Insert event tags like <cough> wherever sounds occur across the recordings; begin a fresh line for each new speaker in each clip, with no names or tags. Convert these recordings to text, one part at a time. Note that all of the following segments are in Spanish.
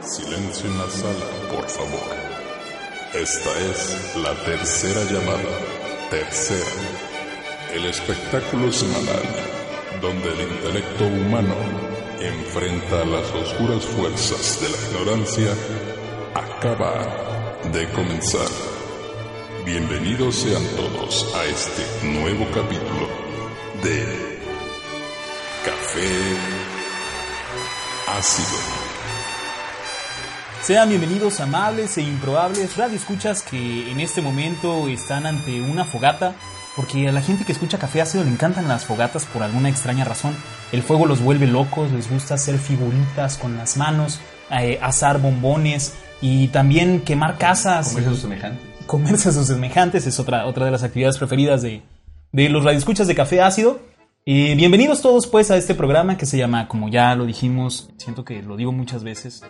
Silencio en la sala, por favor. Esta es la tercera llamada. Tercera. El espectáculo semanal donde el intelecto humano enfrenta las oscuras fuerzas de la ignorancia acaba de comenzar. Bienvenidos sean todos a este nuevo capítulo de Café Ácido.
Sean bienvenidos amables e improbables radioescuchas que en este momento están ante una fogata, porque a la gente que escucha café ácido le encantan las fogatas por alguna extraña razón. El fuego los vuelve locos, les gusta hacer figuritas con las manos, eh, asar bombones y también quemar casas.
Comerse a sus semejantes.
Comerse a sus semejantes es otra, otra de las actividades preferidas de, de los radioescuchas de café ácido. Eh, bienvenidos todos pues a este programa que se llama, como ya lo dijimos, siento que lo digo muchas veces,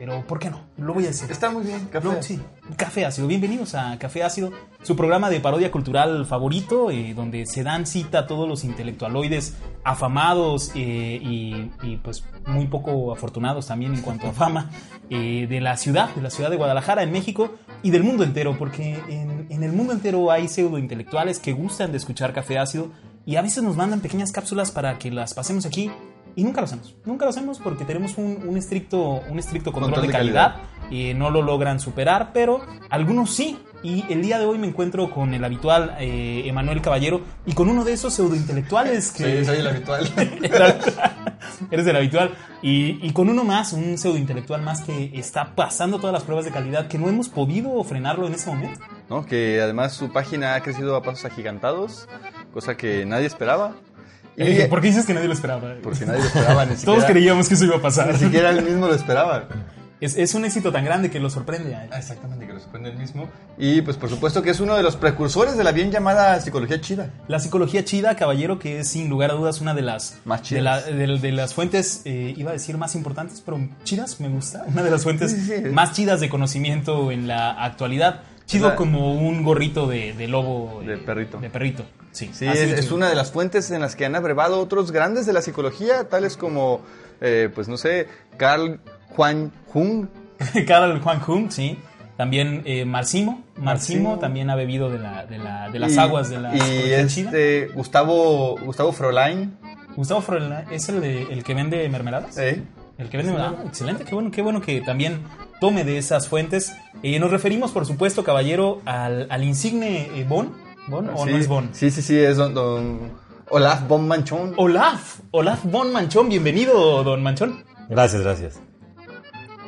pero ¿por qué no? Lo voy a decir.
Está muy bien, café.
No, sí. Café Ácido. Bienvenidos a Café Ácido, su programa de parodia cultural favorito, eh, donde se dan cita a todos los intelectualoides afamados eh, y, y, pues muy poco afortunados también en cuanto a fama <laughs> eh, de la ciudad, de la ciudad de Guadalajara en México y del mundo entero, porque en, en el mundo entero hay pseudointelectuales que gustan de escuchar Café Ácido y a veces nos mandan pequeñas cápsulas para que las pasemos aquí y nunca lo hacemos. Nunca lo hacemos porque tenemos un, un estricto, un estricto control,
Control
de,
de
calidad. y eh, no lo logran superar, pero algunos sí. Y el día de hoy me encuentro con el habitual eh, Emanuel Caballero y con uno de esos pseudointelectuales que...
Soy, soy
<laughs>
el habitual.
Eres el habitual. Y, y con uno más, un pseudointelectual más que está pasando todas las pruebas de calidad que no hemos podido frenarlo en ese momento.
<laughs> ¿No? Que además su página ha crecido a pasos agigantados, cosa que nadie esperaba. Y
Eh, ¿Por qué dices que nadie lo esperaba?
Porque nadie lo esperaba, <laughs> ni
Todos
siquiera,
creíamos que eso iba a pasar.
ni siquiera él mismo lo esperaba.
Es, es un éxito tan grande que lo sorprende a él.
Ah, exactamente, que lo supone él mismo. Y pues por supuesto que es uno de los precursores de la bien llamada psicología chida.
La psicología chida, caballero, que es sin lugar a dudas una de las,
Más
de, la-
chidas.
de- de las fuentes, eh, iba a decir más importantes, pero chidas me gusta, <laughs> una de las fuentes
Sí, sí, sí.
más chidas de conocimiento en la actualidad. Chido
La-
como un gorrito de, de lobo.
De
eh,
perrito.
De perrito, sí.
Sí,
así
es,
de
es
chido.
una de las fuentes en las que han abrevado otros grandes de la psicología, tales como, eh, pues no sé, Carl Juan Jung,
<laughs> Carol Juan Hum, sí. También eh, Marcimo. Marcimo
Marcimo.
también ha bebido de, la, de, la- de las
Y-
aguas de la
y
psicología chida.
este, Gustavo Gustavo Froline
Gustavo Froilán, ¿es el, de- el que vende mermeladas?
¿eh?
El que vende ah, excelente, qué bueno, qué bueno que también tome de esas fuentes. Eh, nos referimos, por supuesto, caballero, al, al insigne eh, Bon. ¿Bon o
sí,
no es Bon?
sí sí sí es don, don Olaf von Manchón
Olaf, Olaf Bon Manchón, bienvenido, don Manchón.
Gracias, gracias.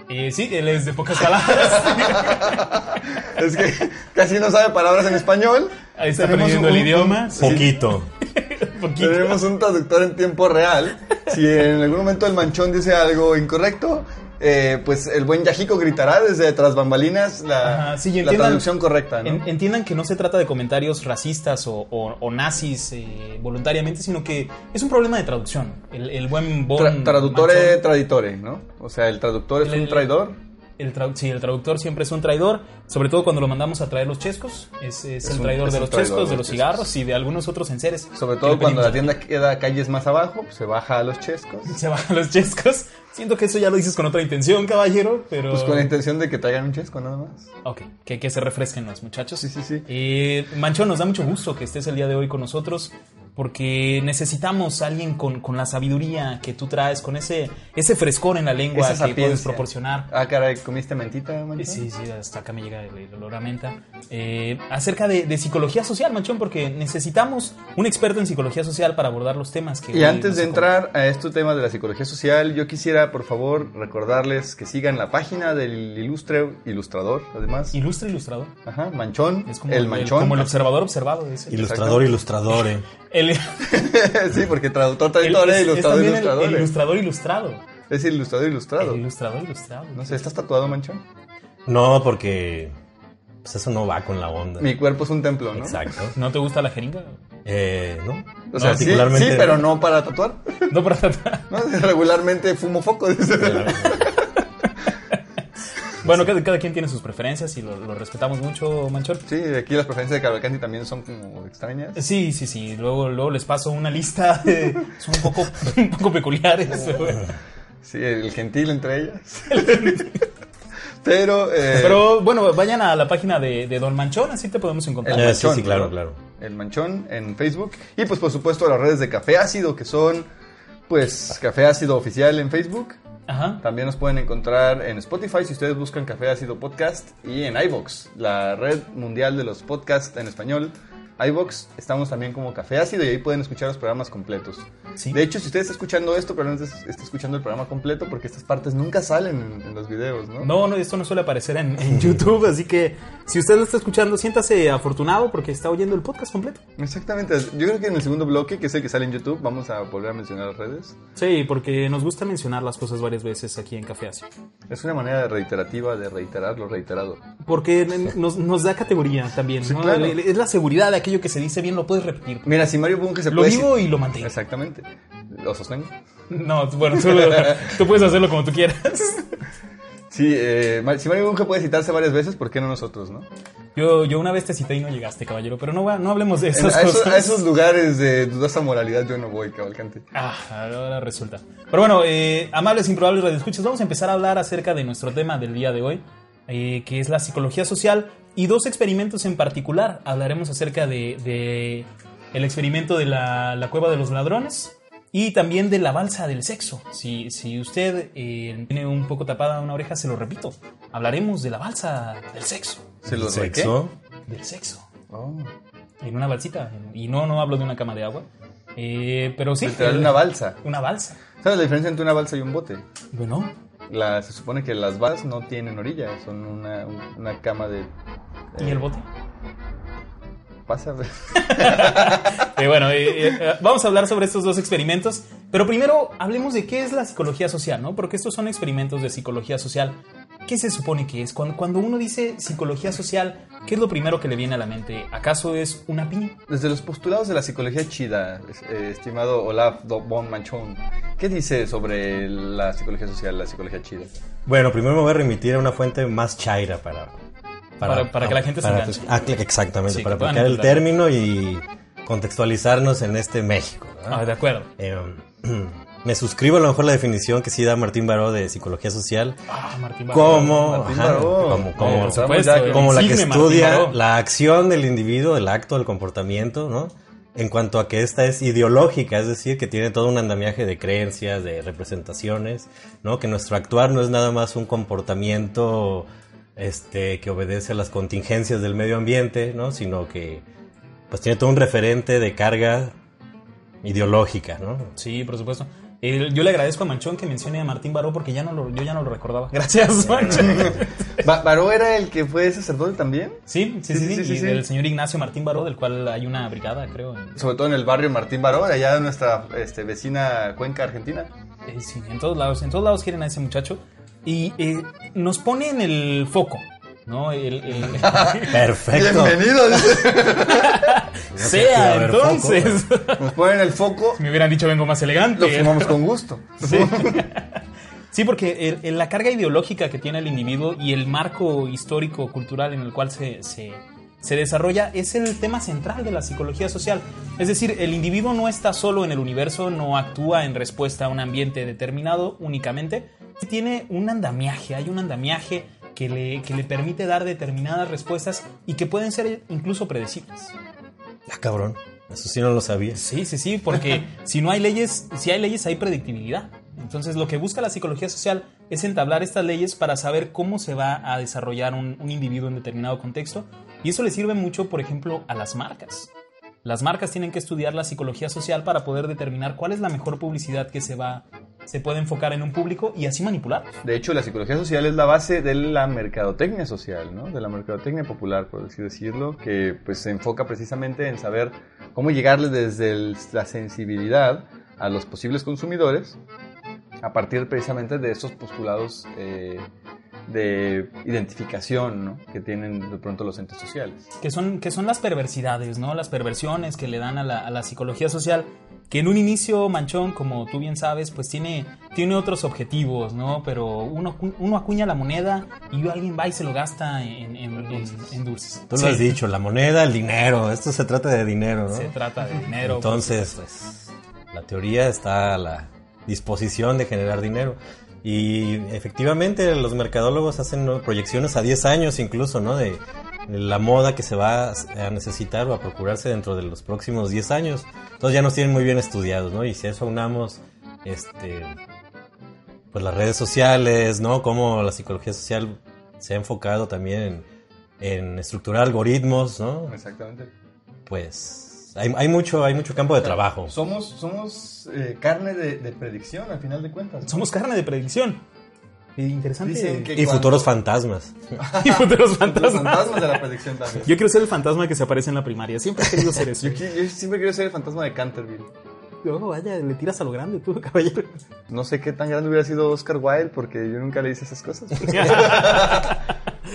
Eh, sí, él es de pocas palabras.
<laughs> es que casi no sabe palabras en español
Ahí está
Tenemos
aprendiendo
un-
el idioma.
Sí.
Poquito.
Poquito.
tenemos un traductor en tiempo real si en algún momento el Manchón dice algo incorrecto eh, pues el buen Yajico gritará desde tras bambalinas la,
Ajá, sí, y
la
entiendan-
traducción correcta ¿no?
en- entiendan que no se trata de comentarios racistas o, o- o nazis eh, voluntariamente, sino que es un problema de traducción. El, el buen Bon.
Tra- traductore
Manchón-
traditore no o sea el traductor es
El-
un
el-
traidor
El trau- sí, el traductor siempre es un traidor, sobre todo cuando lo mandamos a traer los chescos. Es, es
Es
el
un-
traidor
es
de
un
los
traidor
chescos,
de
de los
los chescos.
cigarros y de algunos otros enseres.
Sobre
que
todo
le
cuando la
pedimos
tienda queda calles más abajo, pues, se baja a los chescos.
a- <laughs> Se bajan los chescos. Siento que eso ya lo dices con otra intención, caballero, pero.
Pues con la intención de que traigan un chesco nada más.
Ok, que, que se refresquen los muchachos.
Sí, sí, sí.
Eh, Manchón, nos da mucho gusto que estés el día de hoy con nosotros porque necesitamos a alguien con, con la sabiduría que tú traes, con ese, ese frescor en la lengua
Esa
que puedes
sapiencia.
proporcionar.
Ah, caray, ¿comiste mentita, manchón?
Sí, sí, hasta acá me llega el, el olor a menta. Eh, acerca de, de psicología social, Manchón, porque necesitamos un experto en psicología social para abordar los temas que...
Y
hoy
antes
nos
de
ocupan.
entrar a este tema de la psicología social, yo quisiera, por favor, recordarles que sigan la página del ilustre, ilustrador, además.
Ilustre ilustrador.
Ajá, Manchón,
Es como
el Manchón.
como el observador observado. dice.
Ilustrador, eh. ilustradore.
El,
<laughs> sí, porque traductor,
el-
traductor, eh,
es- es
ilustrador,
también el-
ilustrador.
el ilustrador ilustrado.
Es ilustrador, ilustrado.
El ilustrador ilustrado.
No sé, ¿estás tatuado, Manchón?
No, porque pues eso no va con la onda.
Mi cuerpo es un templo, ¿no?
Exacto.
¿No te gusta la jeringa?
Eh, ¿No?
O sea,
No,
sí, sí, pero no para tatuar. <laughs>
No para tratar.
¿no? <laughs> Regularmente fumo foco, dice.
Bueno, cada, cada quien tiene sus preferencias y lo, lo respetamos mucho, Manchón.
Sí, aquí las preferencias de Cavalcanti también son como extrañas.
Sí, sí, sí. Luego, luego les paso una lista. de- son <laughs>
<laughs>
un poco, un poco peculiares.
Sí, el gentil entre ellas. <laughs> Pero, eh,
Pero bueno, vayan a la página de, de Don Manchón, así te podemos encontrar.
el
Ah, sí,
manchón,
sí, claro,
¿no?
claro.
El manchón en Facebook. Y pues por supuesto las redes de Café Ácido, que son pues Café Ácido Oficial en Facebook.
Ajá.
También nos pueden encontrar en Spotify si ustedes buscan Café Ácido Podcast y en iVox, la red mundial de los podcasts en español. iVox, estamos también como Café Ácido y ahí pueden escuchar los programas completos.
Sí.
De hecho, si usted está escuchando esto, probablemente esté escuchando el programa completo porque estas partes nunca salen en, en los videos, ¿no?
No, no, esto no suele aparecer en,
<laughs>
en YouTube, así que si usted lo está escuchando, siéntase afortunado porque está oyendo el podcast completo.
Exactamente. Yo creo que en el segundo bloque, que es el que sale en YouTube, vamos a volver a mencionar las redes.
Sí, porque nos gusta mencionar las cosas varias veces aquí en Café Ácido.
Es una manera reiterativa de reiterar lo reiterado.
Porque nos, nos da categoría también.
Sí,
¿no?
claro.
Es la seguridad de aquello que se dice bien, lo puedes repetir.
Mira, si Mario Bunge se
Lo
puede...
digo y lo mantengo.
Exactamente. Lo sostengo.
No, bueno, tú,
<laughs>
lo- tú puedes hacerlo como tú quieras.
Sí, eh, Mar- si Mario Bunge puede citarse varias veces, ¿por qué no nosotros, no?
Yo, yo una vez te cité y no llegaste, caballero, pero no, va- no hablemos de
En-
esas
a, esos,
cosas.
a esos lugares de dudosa moralidad yo no voy, cabalcante.
Ah, ahora resulta. Pero bueno, eh, amables, improbables radioescuchas, vamos a empezar a hablar acerca de nuestro tema del día de hoy, eh, que es la psicología social y dos experimentos en particular. Hablaremos acerca de, de el experimento de la, la cueva de los ladrones y también de la balsa del sexo. Si, si usted eh, tiene un poco tapada una oreja, se lo repito, hablaremos de la balsa del sexo,
<laughs> ¿Se los requé?
Sexo.
del sexo.
Oh,
En una balsita. Y no, no hablo de una cama de agua. Eh, pero sí.
literal,
eh,
una balsa.
Una balsa.
¿Sabes la diferencia entre una balsa y un bote?
Bueno.
La- se supone que las balsas no tienen orilla, son una, un- una cama de... eh,
¿Y el bote? <laughs>
Pasa.
Eh, bueno, eh, eh, eh, vamos a hablar sobre estos dos experimentos. Pero primero hablemos de qué es la psicología social, ¿no? Porque estos son experimentos de psicología social. ¿Qué se supone que es? Cuando, cuando uno dice psicología social, ¿qué es lo primero que le viene a la mente? ¿Acaso es una piña?
Desde los postulados de la psicología chida, es- eh, estimado Olaf Do- von Manchón, ¿qué dice sobre la psicología social, la psicología chida?
Bueno, primero me voy a remitir a una fuente más chaira para...
Para- para que la gente se
para-
enganche.
ah, cl- exactamente,
Sí,
para
que puedan
aplicar el
entender.
término y contextualizarnos en este México. ¿verdad?
Ah, de acuerdo.
Eh, <clears throat> me suscribo a lo mejor la definición que sí da Martín Baró de psicología social
Ah, Martín Baró.
como,
Martín
ajá,
Baró.
como,
Eh,
como-
Por supuesto,
Como
como la que
insigne Martín
estudia
Baró.
la acción del individuo, el acto, el comportamiento, ¿no? En cuanto a que esta es ideológica, es decir, que tiene todo un andamiaje de creencias, de representaciones, ¿no? Que nuestro actuar no es nada más un comportamiento este, que obedece a las contingencias del medio ambiente, ¿no? Sino que pues tiene todo un referente de carga ideológica, ¿no?
Sí, por supuesto. Eh, yo le agradezco a Manchón que mencione a Martín Baró porque ya no lo, yo ya no lo recordaba. <laughs> Gracias, Manchón.
<laughs>
Ba- ¿Baró era el que fue sacerdote también?
Sí, sí, sí,
Sí, sí,
sí,
sí,
y
sí.
del señor Ignacio Martín Baró, del cual hay una brigada, creo. en-
Sobre todo en el barrio Martín Baró, allá de nuestra este, vecina Cuenca Argentina.
eh, sí, en todos lados, en todos lados quieren a ese muchacho. Y eh, nos pone en el foco, ¿no? El,
<laughs>
el-
Perfecto.
Bienvenido, dice.
quiero
sea,
ver
entonces.
Nos ponen el foco,
<laughs> Me hubieran dicho vengo más elegante.
lo fumamos con gusto.
Sí. <laughs> Sí, porque el- el- la carga ideológica que tiene el individuo y el marco histórico, cultural en el cual se, se- se desarrolla es el tema central de la psicología social. Es decir, el individuo no está solo en el universo, no actúa en respuesta a un ambiente determinado únicamente, tiene un andamiaje, hay un andamiaje que le, que le permite dar determinadas respuestas y que pueden ser incluso predecibles.
Ah, cabrón. Eso sí no lo sabía.
Sí, sí, sí, porque si no hay leyes, si hay leyes hay predictibilidad. Entonces lo que busca la psicología social es entablar estas leyes para saber cómo se va a desarrollar un, un individuo en determinado contexto. Y eso le sirve mucho, por ejemplo, a las marcas. Las marcas tienen que estudiar la psicología social para poder determinar cuál es la mejor publicidad que se va se puede enfocar en un público y así manipular.
De hecho, la psicología social es la base de la mercadotecnia social, ¿no? De la mercadotecnia popular, por así decirlo, que pues se enfoca precisamente en saber cómo llegarle desde el- la sensibilidad a los posibles consumidores a partir precisamente de esos postulados eh, de identificación, ¿no? Que tienen de pronto los entes sociales.
que son, que son las perversidades, ¿no? Las perversiones que le dan a la, a la psicología social, que en un inicio, Manchón, como tú bien sabes, pues tiene, tiene otros objetivos, ¿no? Pero uno, acu- uno acuña la moneda y luego alguien va y se lo gasta en, en- en- en dulces.
Tú
Sí,
lo has dicho, la moneda, el dinero. Esto se trata de dinero, ¿no?
Se trata de dinero.
Entonces, pues, la teoría está a la disposición de generar dinero. Y efectivamente los mercadólogos hacen ¿no? proyecciones a 10 años incluso, ¿no? De la moda que se va a necesitar o a procurarse dentro de los próximos 10 años. Entonces ya nos tienen muy bien estudiados, ¿no? Y si a eso unamos, este, pues las redes sociales, ¿no? Cómo la psicología social se ha enfocado también en, en estructurar algoritmos, ¿no?
Exactamente.
Pues hay, hay mucho, hay mucho campo de trabajo.
Somos, somos eh, carne de, de predicción al final de cuentas.
Somos carne de predicción. Eh, interesante. <laughs>
Dicen que
Y
cuando-
futuros fantasmas.
Y futuros
Los
fantasmas.
fantasmas de la predicción
<laughs>
también.
Yo quiero ser el fantasma que se aparece en la primaria. Siempre he querido ser
<laughs>
eso.
Yo, qui- yo siempre quiero ser el fantasma de Canterville.
No, vaya, le tiras a lo grande, tú,
<laughs>
caballero.
No sé qué tan grande hubiera sido Oscar Wilde porque yo nunca le hice esas cosas. <laughs>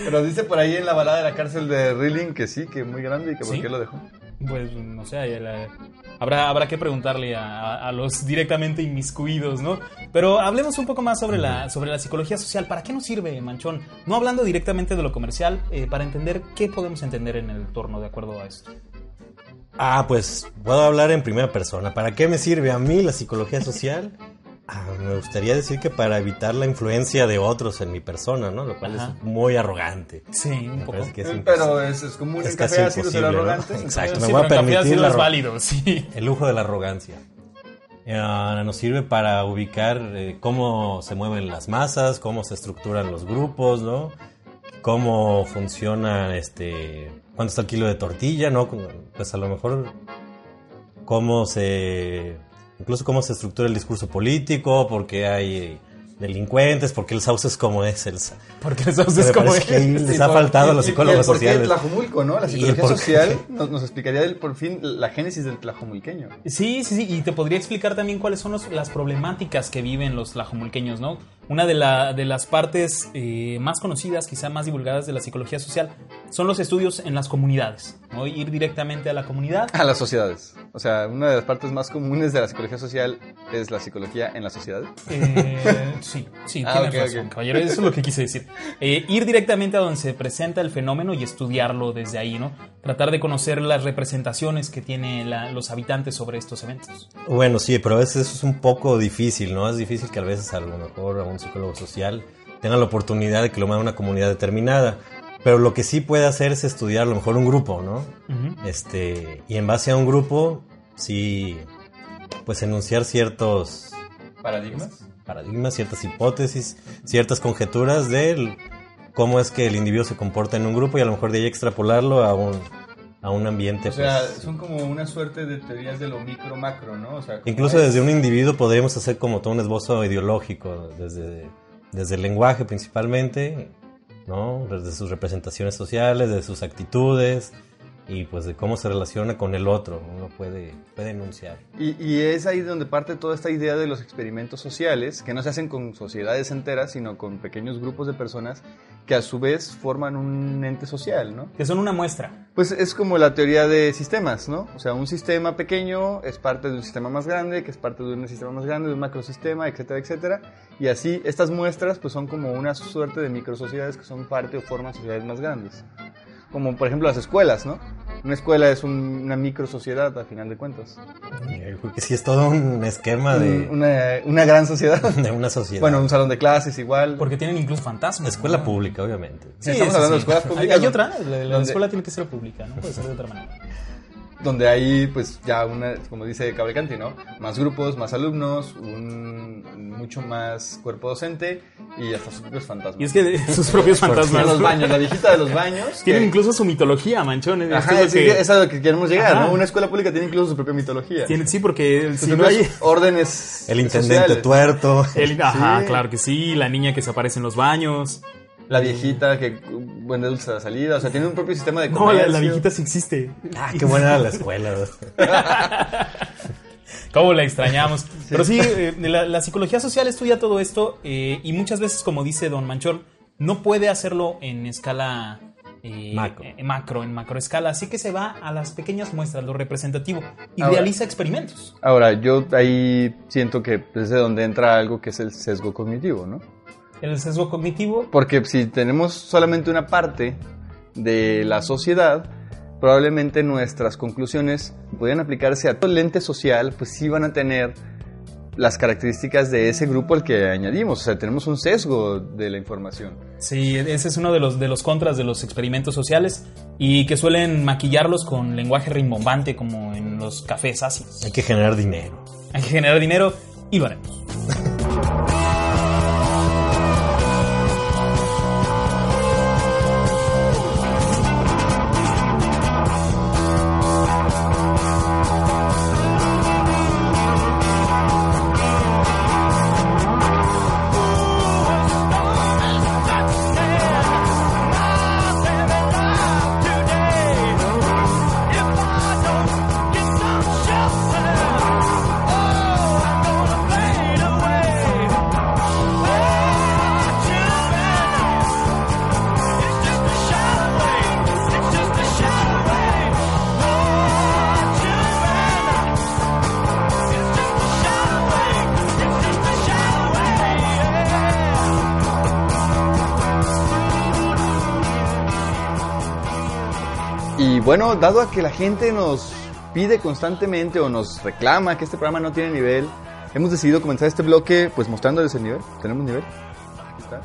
Pero dice por ahí en la balada de la cárcel de Reeling que sí, que muy grande y que por
¿Sí?
qué lo dejó.
Pues no sé, ahí la- habrá, habrá que preguntarle a, a- a los directamente inmiscuidos, ¿no? Pero hablemos un poco más sobre la, sobre la psicología social. ¿Para qué nos sirve, Manchón? No hablando directamente de lo comercial, eh, para entender qué podemos entender en el entorno de acuerdo a esto.
Ah, pues puedo hablar en primera persona. ¿Para qué me sirve a mí la psicología social? Ah, me gustaría decir que para evitar la influencia de otros en mi persona, ¿no? Lo cual
Ajá.
es muy arrogante.
Sí, un
Me
poco.
parece que es
Eh, Pero es, es común
Es
en
casi
café ácido ser
imposible, ¿no?
arrogante.
Exacto.
Sí,
Me voy a
pero en café
permitir
ácido
la
es
ro-
válido, sí. <laughs>
El lujo de la arrogancia. Eh, nos sirve para ubicar eh, cómo se mueven las masas, cómo se estructuran los grupos, ¿no? Cómo funciona este. cuánto está el kilo de tortilla, ¿no? Pues a lo mejor. cómo se. incluso cómo se estructura el discurso político, porque hay eh, delincuentes, porque el sauce es como es. El, sa-
Porque eso es
me
como...
parece que ahí les
Sí,
ha
por-
faltado a
y-
los
y- y el
psicólogos
por qué
sociales.
Tlajomulco, ¿no? La
Y el
psicología
por qué.
social nos, nos explicaría el- por fin la génesis del tlajomulqueño.
Sí, sí, sí, y te podría explicar también cuáles son los- las problemáticas que viven los tlajomulqueños, ¿no? Una de, la- de las partes eh, más conocidas, quizá más divulgadas de la psicología social, son los estudios en las comunidades, ¿no? Ir directamente a la comunidad.
A las sociedades. O sea, una de las partes más comunes de la psicología social es la psicología en la sociedad. <laughs>
Eh, sí, sí,
Ah,
tienes
ok,
razón,
ok.
caballero, eso es lo que quise decir. Eh, ir directamente a donde se presenta el fenómeno y estudiarlo desde ahí, ¿no? Tratar de conocer las representaciones que tienen la- los habitantes sobre estos eventos.
Bueno, sí, pero a veces eso es un poco difícil, ¿no? Es difícil que a veces a lo mejor a un psicólogo social tenga la oportunidad de que lo mueva una comunidad determinada. Pero lo que sí puede hacer es estudiar a lo mejor un grupo, ¿no?
Ujú.
Este, y en base a un grupo, sí, pues enunciar ciertos
Paradigmas.
paradigmas, ciertas hipótesis, ciertas conjeturas de l- cómo es que el individuo se comporta en un grupo y a lo mejor de ahí extrapolarlo a un, a un ambiente.
O sea,
pues,
son como una suerte de teorías de lo micro-macro, ¿no? O sea, como
Incluso
es-
desde un individuo podríamos hacer como todo un esbozo ideológico, desde, desde el lenguaje principalmente, ¿no? Desde sus representaciones sociales, de sus actitudes y pues de cómo se relaciona con el otro. Uno puede, puede enunciar.
Y, y es ahí donde parte toda esta idea de los experimentos sociales, que no se hacen con sociedades enteras, sino con pequeños grupos de personas que a su vez forman un ente social, ¿no?
Que son una muestra.
Pues es como la teoría de sistemas, ¿no? O sea, un sistema pequeño es parte de un sistema más grande, que es parte de un sistema más grande, de un macrosistema, etcétera, etcétera. Y así, estas muestras pues son como una suerte de microsociedades que son parte o forman sociedades más grandes. Como por ejemplo las escuelas, ¿no? Una escuela es un- una microsociedad a final de cuentas.
Yo creo que sí es todo un esquema
Eh, Un-
de,
Una, una gran
<laughs>
sociedad.
<laughs> de una sociedad.
bueno, un salón de clases igual.
Porque tienen incluso fantasmas.
escuela
¿no?
pública, obviamente.
Sí, estamos hablando de escuelas
Hay,
públicas.
hay otra, la, la
Donde-
escuela tiene que ser pública, no puede ser de otra manera.
donde hay pues ya una, como dice Cavalcanti, ¿no? Más grupos, más alumnos, un mucho más cuerpo docente y hasta sus propios fantasmas.
Y es que
<laughs>
de- <laughs> sus propios
La
fantasmas
de los baños, la viejita de los baños.
<laughs> tienen
que-
incluso su mitología, ¿eh? manchones.
Ajá, es, que es a lo que queremos llegar,
Ajá.
¿no? Una escuela pública tiene incluso su propia mitología.
sí, porque
sus
si no
propios
hay.
órdenes.
El intendente
sociales. <laughs>
tuerto.
el- ajá,
Sí.
claro que sí, la niña que se aparece en los baños.
La viejita que uh, vende dulces a la salida. O sea, tiene un propio sistema de
No, la,
comercio.
la viejita sí existe.
Ah, qué buena era la escuela.
¿Cómo la extrañamos? Pero sí, eh, la, la psicología social estudia todo esto eh, y muchas veces, como dice Don Manchón, no puede hacerlo en escala eh,
Macro.
eh, macro, en macroescala. Así que se va a las pequeñas muestras, lo representativo, y
Ahora-
realiza experimentos.
Ahora, yo ahí siento que es de donde entra algo que es el sesgo cognitivo, ¿no?
El sesgo cognitivo.
Porque si tenemos solamente una parte de la sociedad, probablemente nuestras conclusiones podrían aplicarse a todo el ente social, pues sí van a tener las características de ese grupo al que añadimos. O sea, tenemos un sesgo de la información.
Sí, ese es uno de los, de los contras de los experimentos sociales y que suelen maquillarlos con lenguaje rimbombante como en los cafés ácidos.
Hay que generar dinero.
Hay que generar dinero y lo haremos.
Y bueno, dado a que la gente nos pide constantemente o nos reclama que este programa no tiene nivel, hemos decidido comenzar este bloque pues mostrándoles el nivel. ¿Tenemos nivel?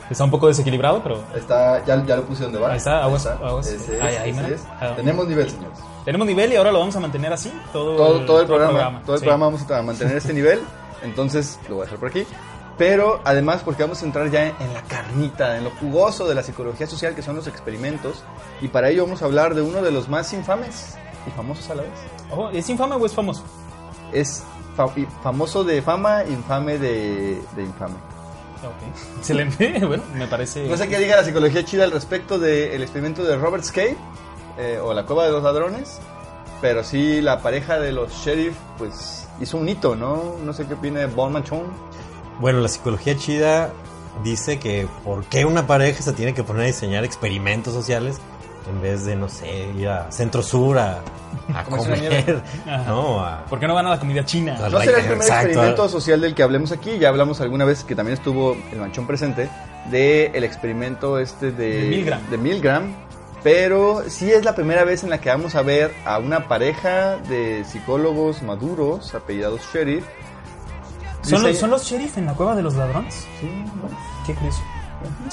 Está un poco desequilibrado, pero
Está, ya, ya lo puse donde va.
Ahí está, aguas,
Ahí está.
aguas.
Ese es,
Ahí, ahí,
ese
mira.
es.
Ah.
Tenemos nivel, señores.
tenemos nivel y ahora lo vamos a mantener así todo,
Todo-
todo el programa,
todo el
sí.
programa.
Vamos a mantener este nivel, entonces lo voy a dejar por aquí. Pero además porque vamos a entrar ya en la carnita, en lo jugoso de la psicología social que son los experimentos. Y para ello vamos a hablar de uno de los más infames y famosos a la vez.
Ojo, ¿Es infame o es famoso?
Es fa- y- famoso de fama, infame de, de infame.
Ah, Ok, <laughs> excelente. bueno, me parece...
No sé qué diga la psicología chida al respecto del experimento de Robert Scape eh, o la cueva de los ladrones, pero sí la pareja de los sheriff pues hizo un hito, ¿no? No sé qué opina Bon Machón.
Bueno, la psicología chida dice que por qué una pareja se tiene que poner a diseñar experimentos sociales en vez de, no sé, ir a Centro Sur a, a
Como es una
comer,
Ajá.
<laughs> ¿no? A-
¿Por qué no van a la comida china?
Claro.
No será el primer
Exacto.
experimento social del que hablemos aquí, ya hablamos alguna vez que también estuvo el manchón presente, del experimento este de,
De Milgram.
de Milgram, pero sí es la primera vez en la que vamos a ver a una pareja de psicólogos maduros, apellidados sheriff.
¿Son,
Dice-
los, ¿Son los sheriff en la cueva de los ladrones?
Sí, bueno.
¿Qué crees?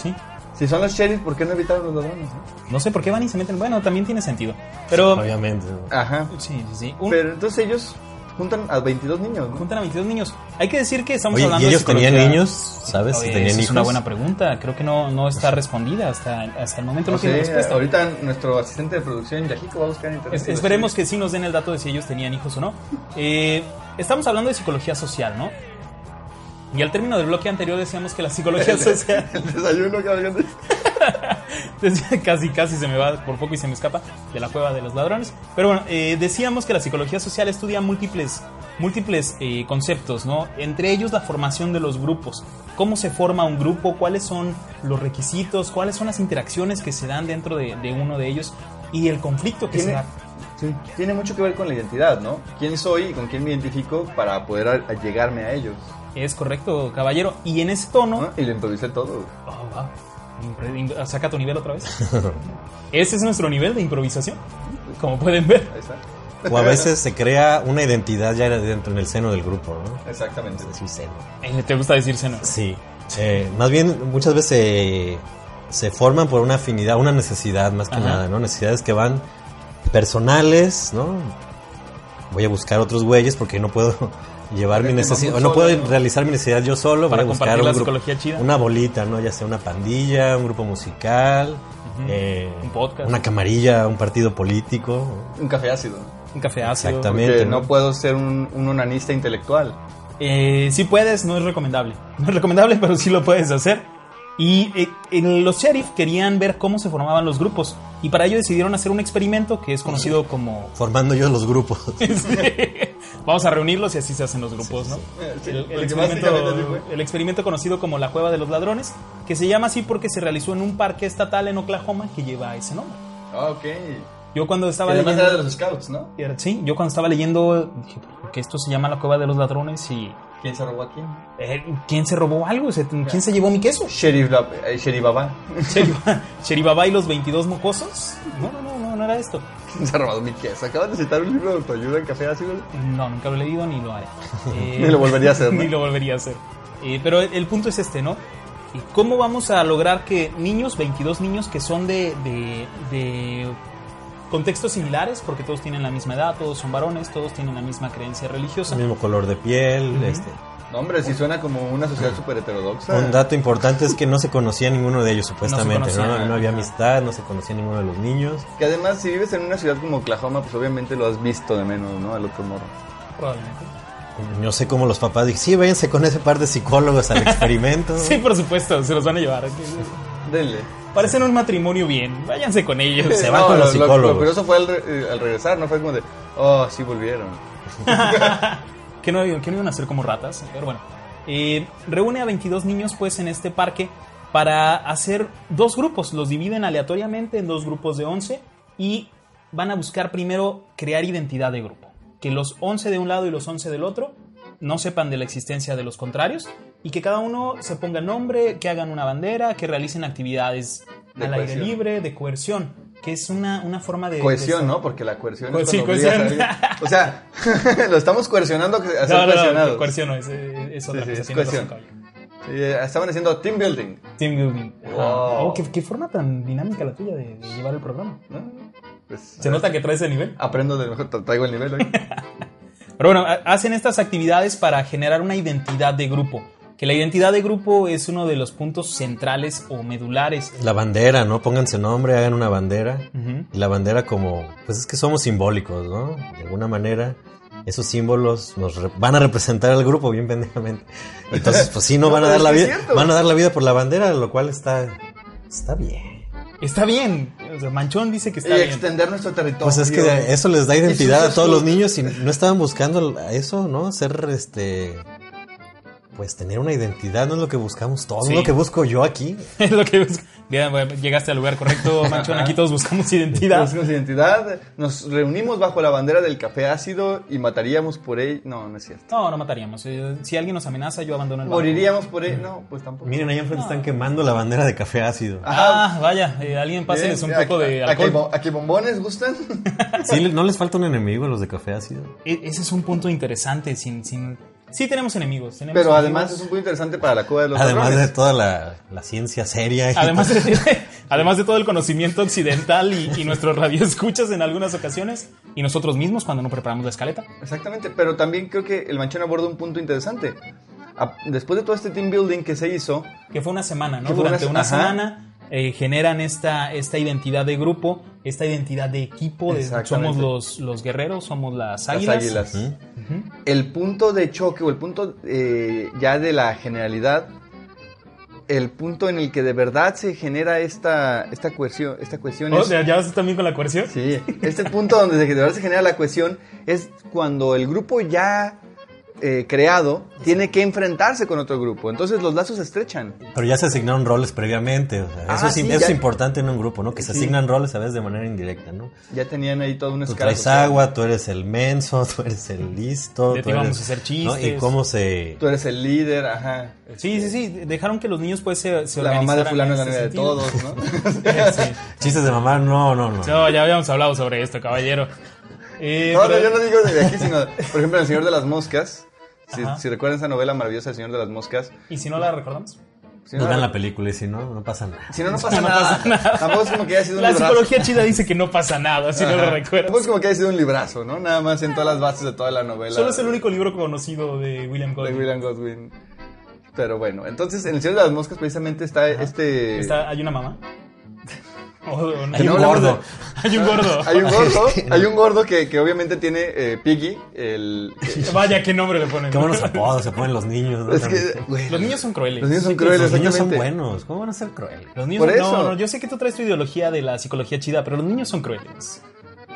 Sí.
Si son los sheriff, ¿por qué no evitaron los ladrones? no?
No sé por qué van y se meten. Bueno, también tiene sentido. Pero...
Obviamente. ¿no?
Ajá.
Sí, sí, sí. Un-
Pero entonces ellos juntan a 22 niños, ¿no?
Juntan a 22 niños. Hay que decir que estamos
Oye,
hablando de
¿y ellos tenían
psicología-
niños? ¿Sabes? Si
Oye,
tenían
esa Es una
hijos. Pues
buena pregunta. Creo que no, no está respondida hasta, hasta el momento. No,
No
tiene
sé,
respuesta.
ahorita nuestro asistente de producción, Yajico, va a buscar en internet.
Es- esperemos que sí nos den el dato de si ellos tenían hijos o no. Eh, estamos hablando de psicología social, ¿no? Y al término del bloque anterior decíamos que la psicología social...
<laughs> El desayuno que alguien dice.
Entonces, casi, casi se me va por poco y se me escapa de la cueva de los ladrones. Pero bueno, eh, decíamos que la psicología social estudia múltiples, múltiples eh, conceptos, ¿no? Entre ellos la formación de los grupos. ¿Cómo se forma un grupo? ¿Cuáles son los requisitos? ¿Cuáles son las interacciones que se dan dentro de, de uno de ellos? Y el conflicto que se
Tiene-
da.
Sí. Tiene mucho que ver con la identidad, ¿no? ¿Quién soy y con quién me identifico para poder a- allegarme a ellos?
Es correcto, caballero. Y en ese tono...
Ah.
¿no? Y lo improvisé todo. güey.
Oh, wow. Impre- im- Saca tu nivel otra vez. <laughs> Ese es nuestro nivel de improvisación, como pueden ver.
Ahí está.
O a veces se crea una identidad ya dentro en el seno del grupo, ¿no?
Exactamente.
Es un seno.
Eh, ¿Te gusta decir no?
Sí. Eh, más bien, muchas veces eh, se forman por una afinidad, una necesidad más que
Ajá.
nada, ¿no? Necesidades que van personales, ¿no? Voy a buscar otros güeyes porque no puedo <laughs> llevar mi
que
necesidad,
vamos
no puedo
solo, ¿no?
realizar mi necesidad yo solo.
Para
voy a buscar
compartir
un
la
grupo-
psicología chida.
Una bolita, ¿no? Ya sea una pandilla, un grupo musical,
Ujú.
eh,
Un podcast.
una camarilla, un partido político. ¿no?
Un café ácido.
Un café ácido.
Exactamente.
Que
Miente,
no
¿no?
puedo ser un, un onanista intelectual.
Eh, si puedes, no es recomendable. <laughs> No es recomendable, pero sí lo puedes hacer. Y eh, en los sheriff querían ver cómo se formaban los grupos. Y para ello decidieron hacer un experimento que es conocido como...
Formando yo los grupos. <laughs>
Vamos a reunirlos y así se hacen los grupos, ¿no? El- el,
Porque básicamente así
experimento,
fue.
el experimento conocido como la Cueva de los Ladrones, que se llama así porque se realizó en un parque estatal en Oklahoma que lleva ese nombre.
Ah, ok. Y
Yo cuando estaba
además
leyendo...
era de los scouts, ¿no?
Sí, yo cuando estaba leyendo dije, "¿Por qué esto se llama la Cueva de los Ladrones y...
¿Quién se robó a quién?
eh, ¿Quién se robó algo? O sea, ¿Quién se llevó mi queso?
Sheriff, la- eh, Sheriff Baba.
Sheriba- Sheribabai y los 22 mocosos. No, no, no, no, no, era esto.
<laughs> Se ha robado mi pieza. Acabas de citar un libro de autoayuda en café ácido.
No, nunca lo he leído ni lo
<laughs>
haré. Eh,
Ni lo volvería
<laughs>
a hacer, ¿no?
ni lo volvería a hacer. Eh, pero el, el punto es este, ¿no? ¿Y ¿Cómo vamos a lograr que niños, 22 niños que son de, de- de contextos similares, porque todos tienen la misma edad, todos son varones, todos tienen la misma creencia religiosa,
El mismo color de piel.
Ujú.
este.
No, hombre, si suena como una sociedad súper heterodoxa.
Un dato importante es que no se conocía ninguno de ellos, supuestamente. No,
conocían.
No había amistad, no se conocía ninguno de los niños.
Que además, si vives en una ciudad como Oklahoma, pues obviamente lo has visto de menos, ¿no? Al otro morro.
probablemente. <laughs>
No sé cómo los papás dijeron, sí, váyanse con ese par de psicólogos
<laughs>
al experimento.
Sí, por supuesto, se los van a llevar.
Denle.
Parecen un matrimonio bien, váyanse con ellos.
Se va con los
lo- lo-
psicólogos.
Lo, curioso fue al, re- eh, al regresar, ¿no? Fue como de, oh, sí volvieron.
que no, que no iban a ser como ratas, pero bueno. Eh, reúne a 22 niños pues en este parque para hacer dos grupos, los dividen aleatoriamente en dos grupos de 11 y van a buscar primero crear identidad de grupo, que los 11 de un lado y los 11 del otro no sepan de la existencia de los contrarios y que cada uno se ponga nombre, que hagan una bandera, que realicen actividades
De
al aire
cohesión.
libre, de coerción, que es una, una forma de...
Cohesión,
de-
¿no? Porque la coerción
Pues
es
sí,
cuando obligas
cohesión.
a alguien- O sea, <laughs> lo estamos coercionando a ser
No, no, no,
coercionados.
coerción no, es, es otra
Sí, sí,
cosa,
es
tienes razón,
cohesión.
caballo.
Sí, eh, estaban haciendo team building.
Team Building. Ajá.
Wow.
Oh, qué, qué forma tan dinámica la tuya de, de llevar el programa.
¿no? Pues,
Se nota que traes el nivel.
Aprendo del mejor, traigo el
<laughs>
nivel hoy.
Pero bueno, ha- hacen estas actividades para generar una identidad de grupo. Que la identidad de grupo es uno de los puntos centrales o medulares.
La bandera, ¿no? Pónganse nombre, hagan una bandera.
Ujú.
Y la bandera como, pues es que somos simbólicos, ¿no? De alguna manera, esos símbolos nos re- van a representar al grupo bien pendejamente. Entonces, pues sí,
<laughs>
no
No,
van a
pero
dar
es
la
que es
vida,
cierto.
van a dar la vida por la bandera, lo cual está, está bien.
Está bien. O sea, Manchón dice que
y
está bien.
extender nuestro territorio.
Pues es que eso les da identidad
Eso es
a todos los
justo.
niños y no estaban buscando a eso, ¿no? Ser este, pues tener una identidad no es lo que buscamos todos,
Sí.
es lo que busco yo aquí.
<laughs> Es lo que busca. Bien, bueno, llegaste al lugar <laughs> correcto, Manchón. Aquí todos buscamos identidad.
Buscamos identidad, nos reunimos bajo la bandera del café ácido y mataríamos por él. No, no es cierto.
No, no mataríamos. Eh, Si alguien nos amenaza, yo abandono el barco.
Moriríamos por él. No, pues tampoco.
Miren, ahí enfrente están quemando la bandera de
<laughs>
café ácido.
Ah, vaya. eh, alguien pásenles un
Bien,
poco de
¿a- a- a que
alcohol.
bo- ¿A que bombones
<laughs>
gustan?
Sí, le- no les falta un enemigo a los de café ácido.
E- Ese es un punto interesante. Sin, sin... Sí tenemos enemigos. tenemos
Pero además es
enemigos.
un punto interesante para la cueva de los
Además de
ladrones.
toda la, la ciencia seria. y
<laughs> Además
<laughs>
de, <laughs> además de todo el conocimiento occidental y, y nuestros radioescuchas en algunas ocasiones, y nosotros mismos cuando no preparamos la escaleta.
Exactamente, pero también creo que el manchón aborda un punto interesante. A- Después de todo este team building que se hizo,
Que fue una semana, ¿no?
Que fue una
Durante
se-
una,
ajá.
semana eh, generan esta, esta identidad de grupo, esta identidad de equipo. de-
Exactamente.
somos los, los guerreros, somos las
las
águilas.
águilas.
Ujú.
Ujú.
el punto de choque o el punto eh, ya de la generalidad, el punto en el que de verdad se genera esta, esta cohesión, esta cohesión
Oh,
es-
¿Ya ya vas también con la coerción?
Sí, este punto donde de verdad se genera la cohesión es cuando el grupo ya eh, creado tiene que enfrentarse con otro grupo. Entonces los lazos se estrechan.
Pero ya se asignaron roles previamente. o sea,
Ah,
eso es,
sí,
eso es
ya-
importante en un grupo, ¿no? Que se
Sí.
asignan roles a veces de manera indirecta, ¿no?
Ya tenían ahí toda una
Tú
escala.
Pues traes
social.
agua, tú eres el menso, <laughs> tú eres el listo.
De ti
tú eres-
vamos a hacer
Y
chistes.
cómo se...
Tú eres el líder, ajá.
Sí, sí, sí. Dejaron que los niños pues se, se
La mamá de
organizaran
fulano es
en
la
este
novia de
sentido.
todos, ¿no?
<laughs> Sí.
Chistes de mamá, no, no, no.
No, ya habíamos hablado sobre esto, caballero. Eh,
No, no,
pero-
yo
<laughs>
no digo de aquí, sino, por ejemplo, El Señor de las Moscas. Si,
Ajá.
si recuerdan esa novela maravillosa, El Señor de las Moscas.
¿Y si no la recordamos?
Si
Pues
no,
vean la película y si no, no pasa nada.
si no, no pasa nada. Tampoco es como que haya sido un
La
librazo.
psicología chida dice que no pasa nada, si no lo
Ajá. Tampoco es
recuerdas.
como que haya sido un librazo, ¿no? Nada más en todas las bases de toda la novela.
Solo es el único libro conocido de William
de
Golding.
William Godwin. Pero bueno, entonces en El Señor de las Moscas precisamente está este...
Está- ¿Hay una mamá? <laughs> O- o no.
Hay un
no,
gordo.
Hay un gordo.
Hay un gordo, hay un gordo que, que obviamente tiene eh, Piggy, el...
Vaya, qué nombre le ponen. <laughs>
Qué buenos apodos se ponen los niños, ¿no?
es que,
También.
güey,
Los niños son crueles.
los niños son
Sí que-
crueles,
Los niños son
exactamente.
buenos, ¿cómo van a ser crueles?
Los niños
Por
son-
eso.
No, no, yo sé que tú traes tu ideología de la psicología chida, pero los niños son crueles.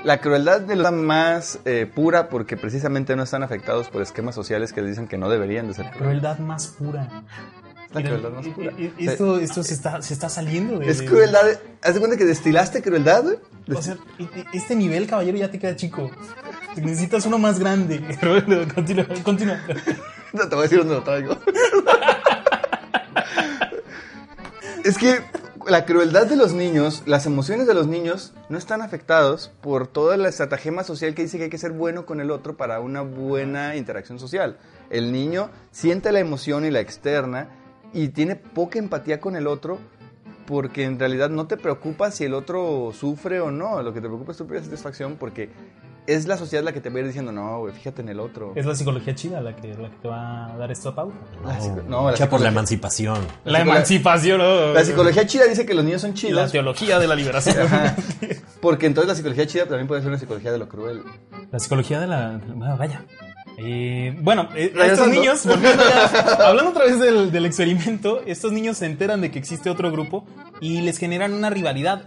La crueldad de la más eh, pura porque precisamente no están afectados por esquemas sociales que les dicen que no deberían de ser
La
crueles.
crueldad más pura.
Es la crueldad más pura.
Y- y-
O sea,
Esto, esto se, está, se está saliendo de...
es
de-
crueldad... ¿Haz de cuenta que destilaste crueldad, güey?
O sea, e- e- este nivel, caballero, ya te queda chico. Necesitas uno más grande. <laughs> Roberto, continúa, continúa.
<laughs> No te voy a decir dónde lo traigo. <laughs> es que la crueldad de los niños, las emociones de los niños no están afectados por toda la estratagema social que dice que hay que ser bueno con el otro para una buena interacción social. El niño siente la emoción y la externa y tiene poca empatía con el otro porque en realidad no te preocupa si el otro sufre o no. Lo que te preocupa es tu propia satisfacción porque es la sociedad la que te va a ir diciendo, no, güey, fíjate en el otro.
Es la psicología chida la que, la que te va a dar esta pauta.
La psico-
no,
Ah, no, la
lucha por la
psicología-
emancipación.
La,
psicología-
emancipación. oh,
La psicología chida dice que los niños son
y la
chidos.
teología de la liberación.
Ajá. <laughs> Porque entonces la psicología chida también puede ser una psicología de lo cruel.
La psicología de la. de- bueno, vaya. Eh, bueno, eh, estos
Regresando.
niños, volviendo
<laughs>
ya- hablando otra vez del, del experimento, estos niños se enteran de que existe otro grupo y les generan una rivalidad.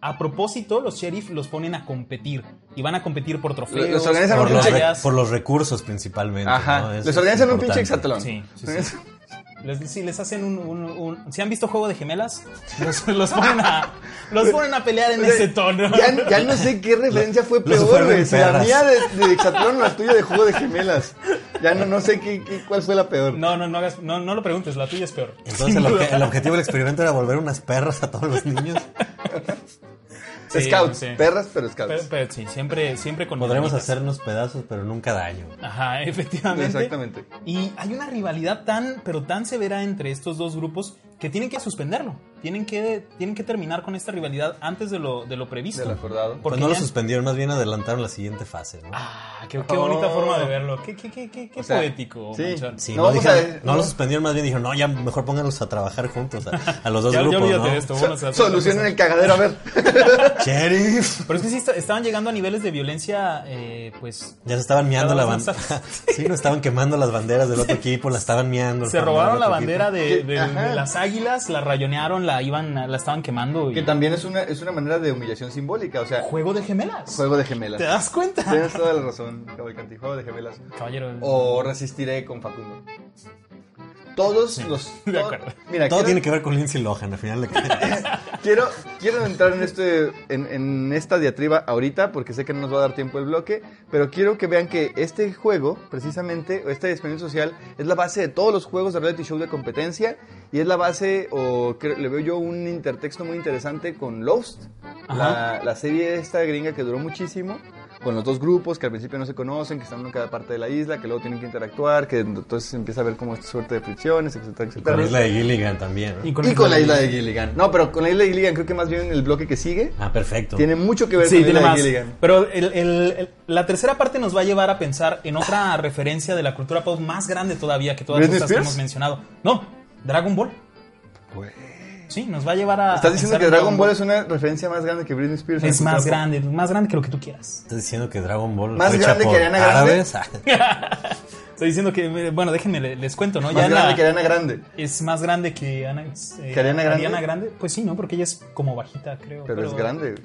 A propósito, los sheriff los ponen a competir y van a competir por trofeos.
Los organizan
Por
un
los,
pinche-
re-
medallas.
por los recursos principalmente. ¿no?
Ajá. Les
Eso es
organizan un pinche
importante.
exatlón.
Sí, sí, sí. Les, sí, les hacen un, un- un- ¿Se han visto Juego de Gemelas? <laughs> Los, los ponen, a, los ponen a pelear en ese tono. <laughs>
Ya, ya no sé qué referencia fue
Los
peor,
fueron
güey. Si la
perras.
mía de, de Hexatlón o la tuya de juego de gemelas. Ya no, no sé qué, qué- cuál fue la peor.
No, no, no, hagas, no, no lo preguntes, la tuya es peor.
Entonces el, obje- el objetivo del experimento era volver unas perras a todos
<laughs>
los niños.
Sí,
scouts,
sí.
perras, pero
Pero,
scouts.
pero sí, siempre, siempre con
Podremos
dinamitas.
hacernos pedazos, pero nunca daño.
Ajá, <laughs> efectivamente.
Exactamente.
Y hay una rivalidad tan, pero tan severa entre estos dos grupos que tienen que suspenderlo. Tienen que, tienen que terminar con esta rivalidad antes de lo, de lo previsto.
Del acordado.
Pues
Porque
no lo
ya-
suspendieron, más bien adelantaron la siguiente fase. ¿no?
Ah, qué, qué bonita
Oh.
forma de verlo. Qué, qué, qué, qué, qué
O sea,
poético,
sí.
Manchón.
Sí,
No,
no,
o
dijeron-
sea,
no
no.
lo suspendieron, más bien dijeron, no, ya mejor pónganlos a trabajar juntos, a, a los dos
Ya, ya
grupos,
olvídate
¿no?
de esto. bueno, o sea,
Solucionen el cagadero, a ver.
Sheriff.
Pero es que sí, est- estaban llegando a niveles de violencia, eh, pues...
Ya se estaban miando la
Cada vez
bandera. <laughs> sí, no estaban quemando las banderas del otro equipo, la estaban miando.
Se
estaban
robaron la
miando al
bandera
otro
de,
Que-
de-
ajá.
de las águilas, la rayonearon, la iban, la estaban quemando. Y...
Que también es una, es una manera de humillación simbólica, o sea,
Juego de gemelas.
juego de gemelas.
¿Te das cuenta?
Tienes toda la razón, Cavalcanti, juego de gemelas.
Caballero.
O resistiré con Facundo. Todos los.
de acuerdo.
Mira,
equipo. Todo
quiero-
tiene que ver con Lindsay Lohan, al final
<laughs>
de cuentas.
Quiero, quiero entrar en, este, en, en esta diatriba ahorita porque sé que no nos va a dar tiempo el bloque, pero quiero que vean que este juego, precisamente, o este experimento social, es la base de todos los juegos de reality show de competencia y es la base, o cre- le veo yo un intertexto muy interesante con Lost, la, la serie esta gringa que duró muchísimo. Con los dos grupos que al principio no se conocen, que están en cada parte de la isla, que luego tienen que interactuar, que entonces empieza a ver como esta suerte de fricciones, etcétera,
Y
etcétera.
con la isla de Gilligan también. ¿no?
Y con la isla de Gilligan. No, pero con la isla de Gilligan creo que más bien el bloque que sigue
Ah, perfecto.
tiene mucho que ver
Sí,
con la
tiene
isla
más.
de Gilligan.
Pero el- el- el- la tercera parte nos va a llevar a pensar en otra referencia de la cultura pop más grande todavía que todas
¿Britney
estas que
Spears?
hemos mencionado. No, Dragon Ball. Sí, nos va a llevar a.
¿Estás
a
diciendo
pensar
que
Ah, en
Dragon Ball es una referencia más grande que Britney <laughs> Spears?
Es más
Entonces,
grande, más grande que lo que tú quieras.
Estás diciendo que Dragon Ball
Más
fue hecha
grande que
por
Ariana Grande.
árabes.
<laughs>
Ah,
Estoy diciendo que, eh, bueno, déjenme, le- les cuento, ¿no?
Más
Ya
grande
la-
que Ariana Grande.
Es más grande que Ana, eh,
¿Que Ariana Grande?
Ariana Grande. Pues sí, ¿no? Porque ella es como bajita, creo.
Pero es grande.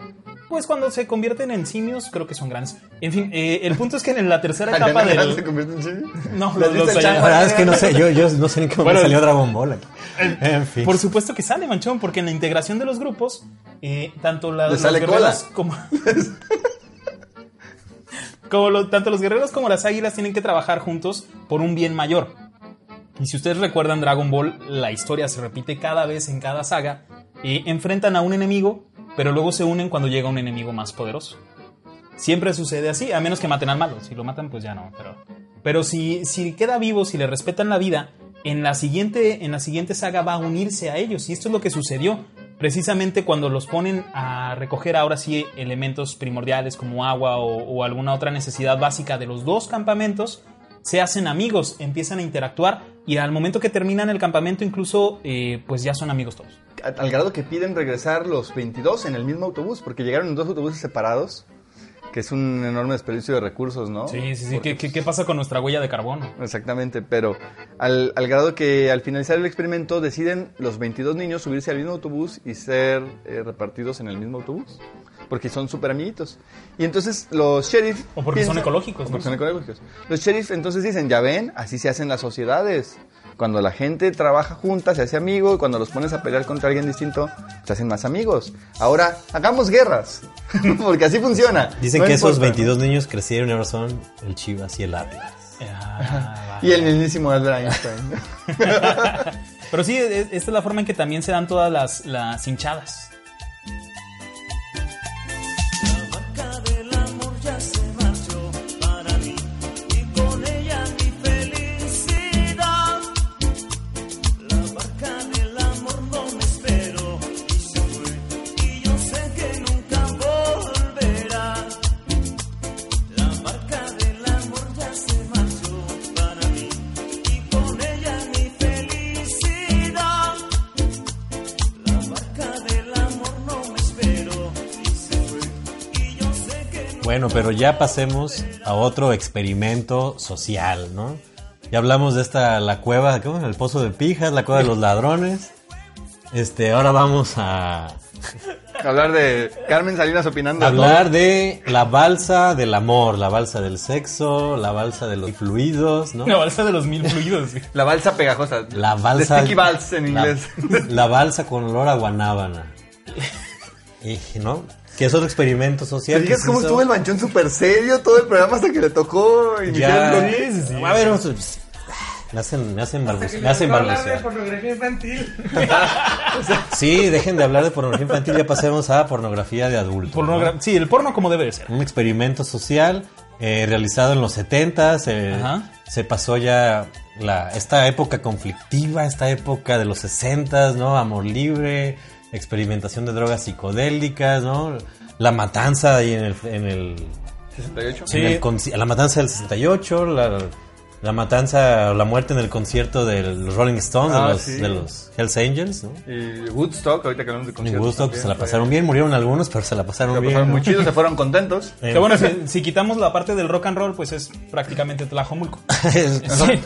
Pues cuando se convierten en simios, creo que son grandes. En fin, eh, el punto es que en la tercera etapa
Ariana Grande se
del...
convierte en Jimmy.
No,
¿La
los-
viste
los
el
allá-
La
chango?
verdad es que no sé, yo, yo no sé ni cómo
Bueno,
salió Dragon Ball. aquí. En fin.
Por supuesto que sale, manchón, porque en la integración de los grupos, eh, tanto la,
Le
los
sale
guerreros
cola.
como... <laughs> como lo- tanto los guerreros como las águilas tienen que trabajar juntos por un bien mayor. Y si ustedes recuerdan Dragon Ball, la historia se repite cada vez en cada saga. Eh, enfrentan a un enemigo, pero luego se unen cuando llega un enemigo más poderoso. Siempre sucede así, a menos que maten al malo. Si lo matan, pues ya no. Pero, pero si, si queda vivo, si le respetan la vida, en la, siguiente, en la siguiente saga va a unirse a ellos. Y esto es lo que sucedió precisamente cuando los ponen a recoger ahora sí elementos primordiales como agua o, o alguna otra necesidad básica de los dos campamentos. Se hacen amigos, empiezan a interactuar y al momento que terminan el campamento incluso eh, pues ya son amigos todos.
A- Al grado que piden regresar los 22 en el mismo autobús, porque llegaron en dos autobuses separados, que es un enorme desperdicio de recursos, ¿no?
Sí, sí, sí. ¿Qué, qué, qué pasa con nuestra huella de carbono?
Exactamente, pero al, al grado que al finalizar el experimento deciden los 22 niños subirse al mismo autobús y ser eh, repartidos en el mismo autobús, porque son súper amiguitos. Y entonces los sheriff...
O porque son ecológicos,
o
¿no?
porque son ecológicos. Los sheriff entonces dicen, ya ven, así se hacen las sociedades. Cuando la gente trabaja junta, se hace amigo, y cuando los pones a pelear contra alguien distinto, se hacen más amigos. Ahora, hagamos guerras, <laughs> porque así funciona.
Dicen
No
que esos
importa.
22 niños crecieron y ahora son el Chivas <laughs> y el Atlas.
Ah,
Y el mismísimo Albert Einstein.
Pero sí, e- esta es la forma en que también se dan todas las, las hinchadas.
La marca del amor ya se marchó para mí y con ella mi felicidad. La marca del amor no me esperó y se fue y yo sé que nunca volverá. La marca del amor ya se marchó para mí y con ella mi felicidad. La marca del amor no me esperó y se fue y yo sé que nunca
Bueno, pero ya pasemos a otro experimento social, ¿no? Ya hablamos de esta, la cueva, ¿cómo? El pozo de pijas, la cueva de los ladrones. Este, ahora vamos a
Hablar de Carmen Salinas opinando. de
hablar de la balsa del amor, la balsa del sexo, la balsa de los fluidos, ¿no?
La balsa de los mil fluidos.
<laughs>
güey.
todo. La balsa pegajosa.
La balsa.
The sticky balls en
la-
inglés.
<laughs> La balsa con olor
<laughs>
a guanábana. Y, ¿No? Que es otro experimento social.
¿Te fijas
que se
cómo
hizo-
estuvo el manchón súper serio todo el programa hasta que le tocó iniciar
Ya.
el programa?
A ver, vamos a- me hacen, me hacen, barbuce- me hacen balbucear.
pornografía infantil.
<laughs> Sí, dejen de hablar de pornografía infantil, ya pasemos a pornografía de adulto.
Pornogra- Sí, el porno como debe de ser.
un experimento social eh, realizado en los 70s. eh,
Ajá.
se pasó ya la, esta época conflictiva, esta época de los 60s, ¿no? Amor libre, experimentación de drogas psicodélicas, ¿no? La matanza ahí en el... En el,
68.
en el conci- la matanza del 68, la, la matanza, la muerte en el concierto del Rolling Stones,
Ah,
de, los,
sí.
de los Hells Angels, ¿no?
Y Woodstock, ahorita que hablamos de
Con
conciertos.
gusto, que
también,
se la
fue-
pasaron bien, murieron algunos, pero se la
Se
pasaron
la
bien.
pasaron
¿no?
muy chido, se fueron contentos.
Eh,
Que
<laughs>
bueno,
<laughs>
si, si quitamos la parte del rock and roll, pues es prácticamente
<laughs>
Tlajomulco.
es-
Sí.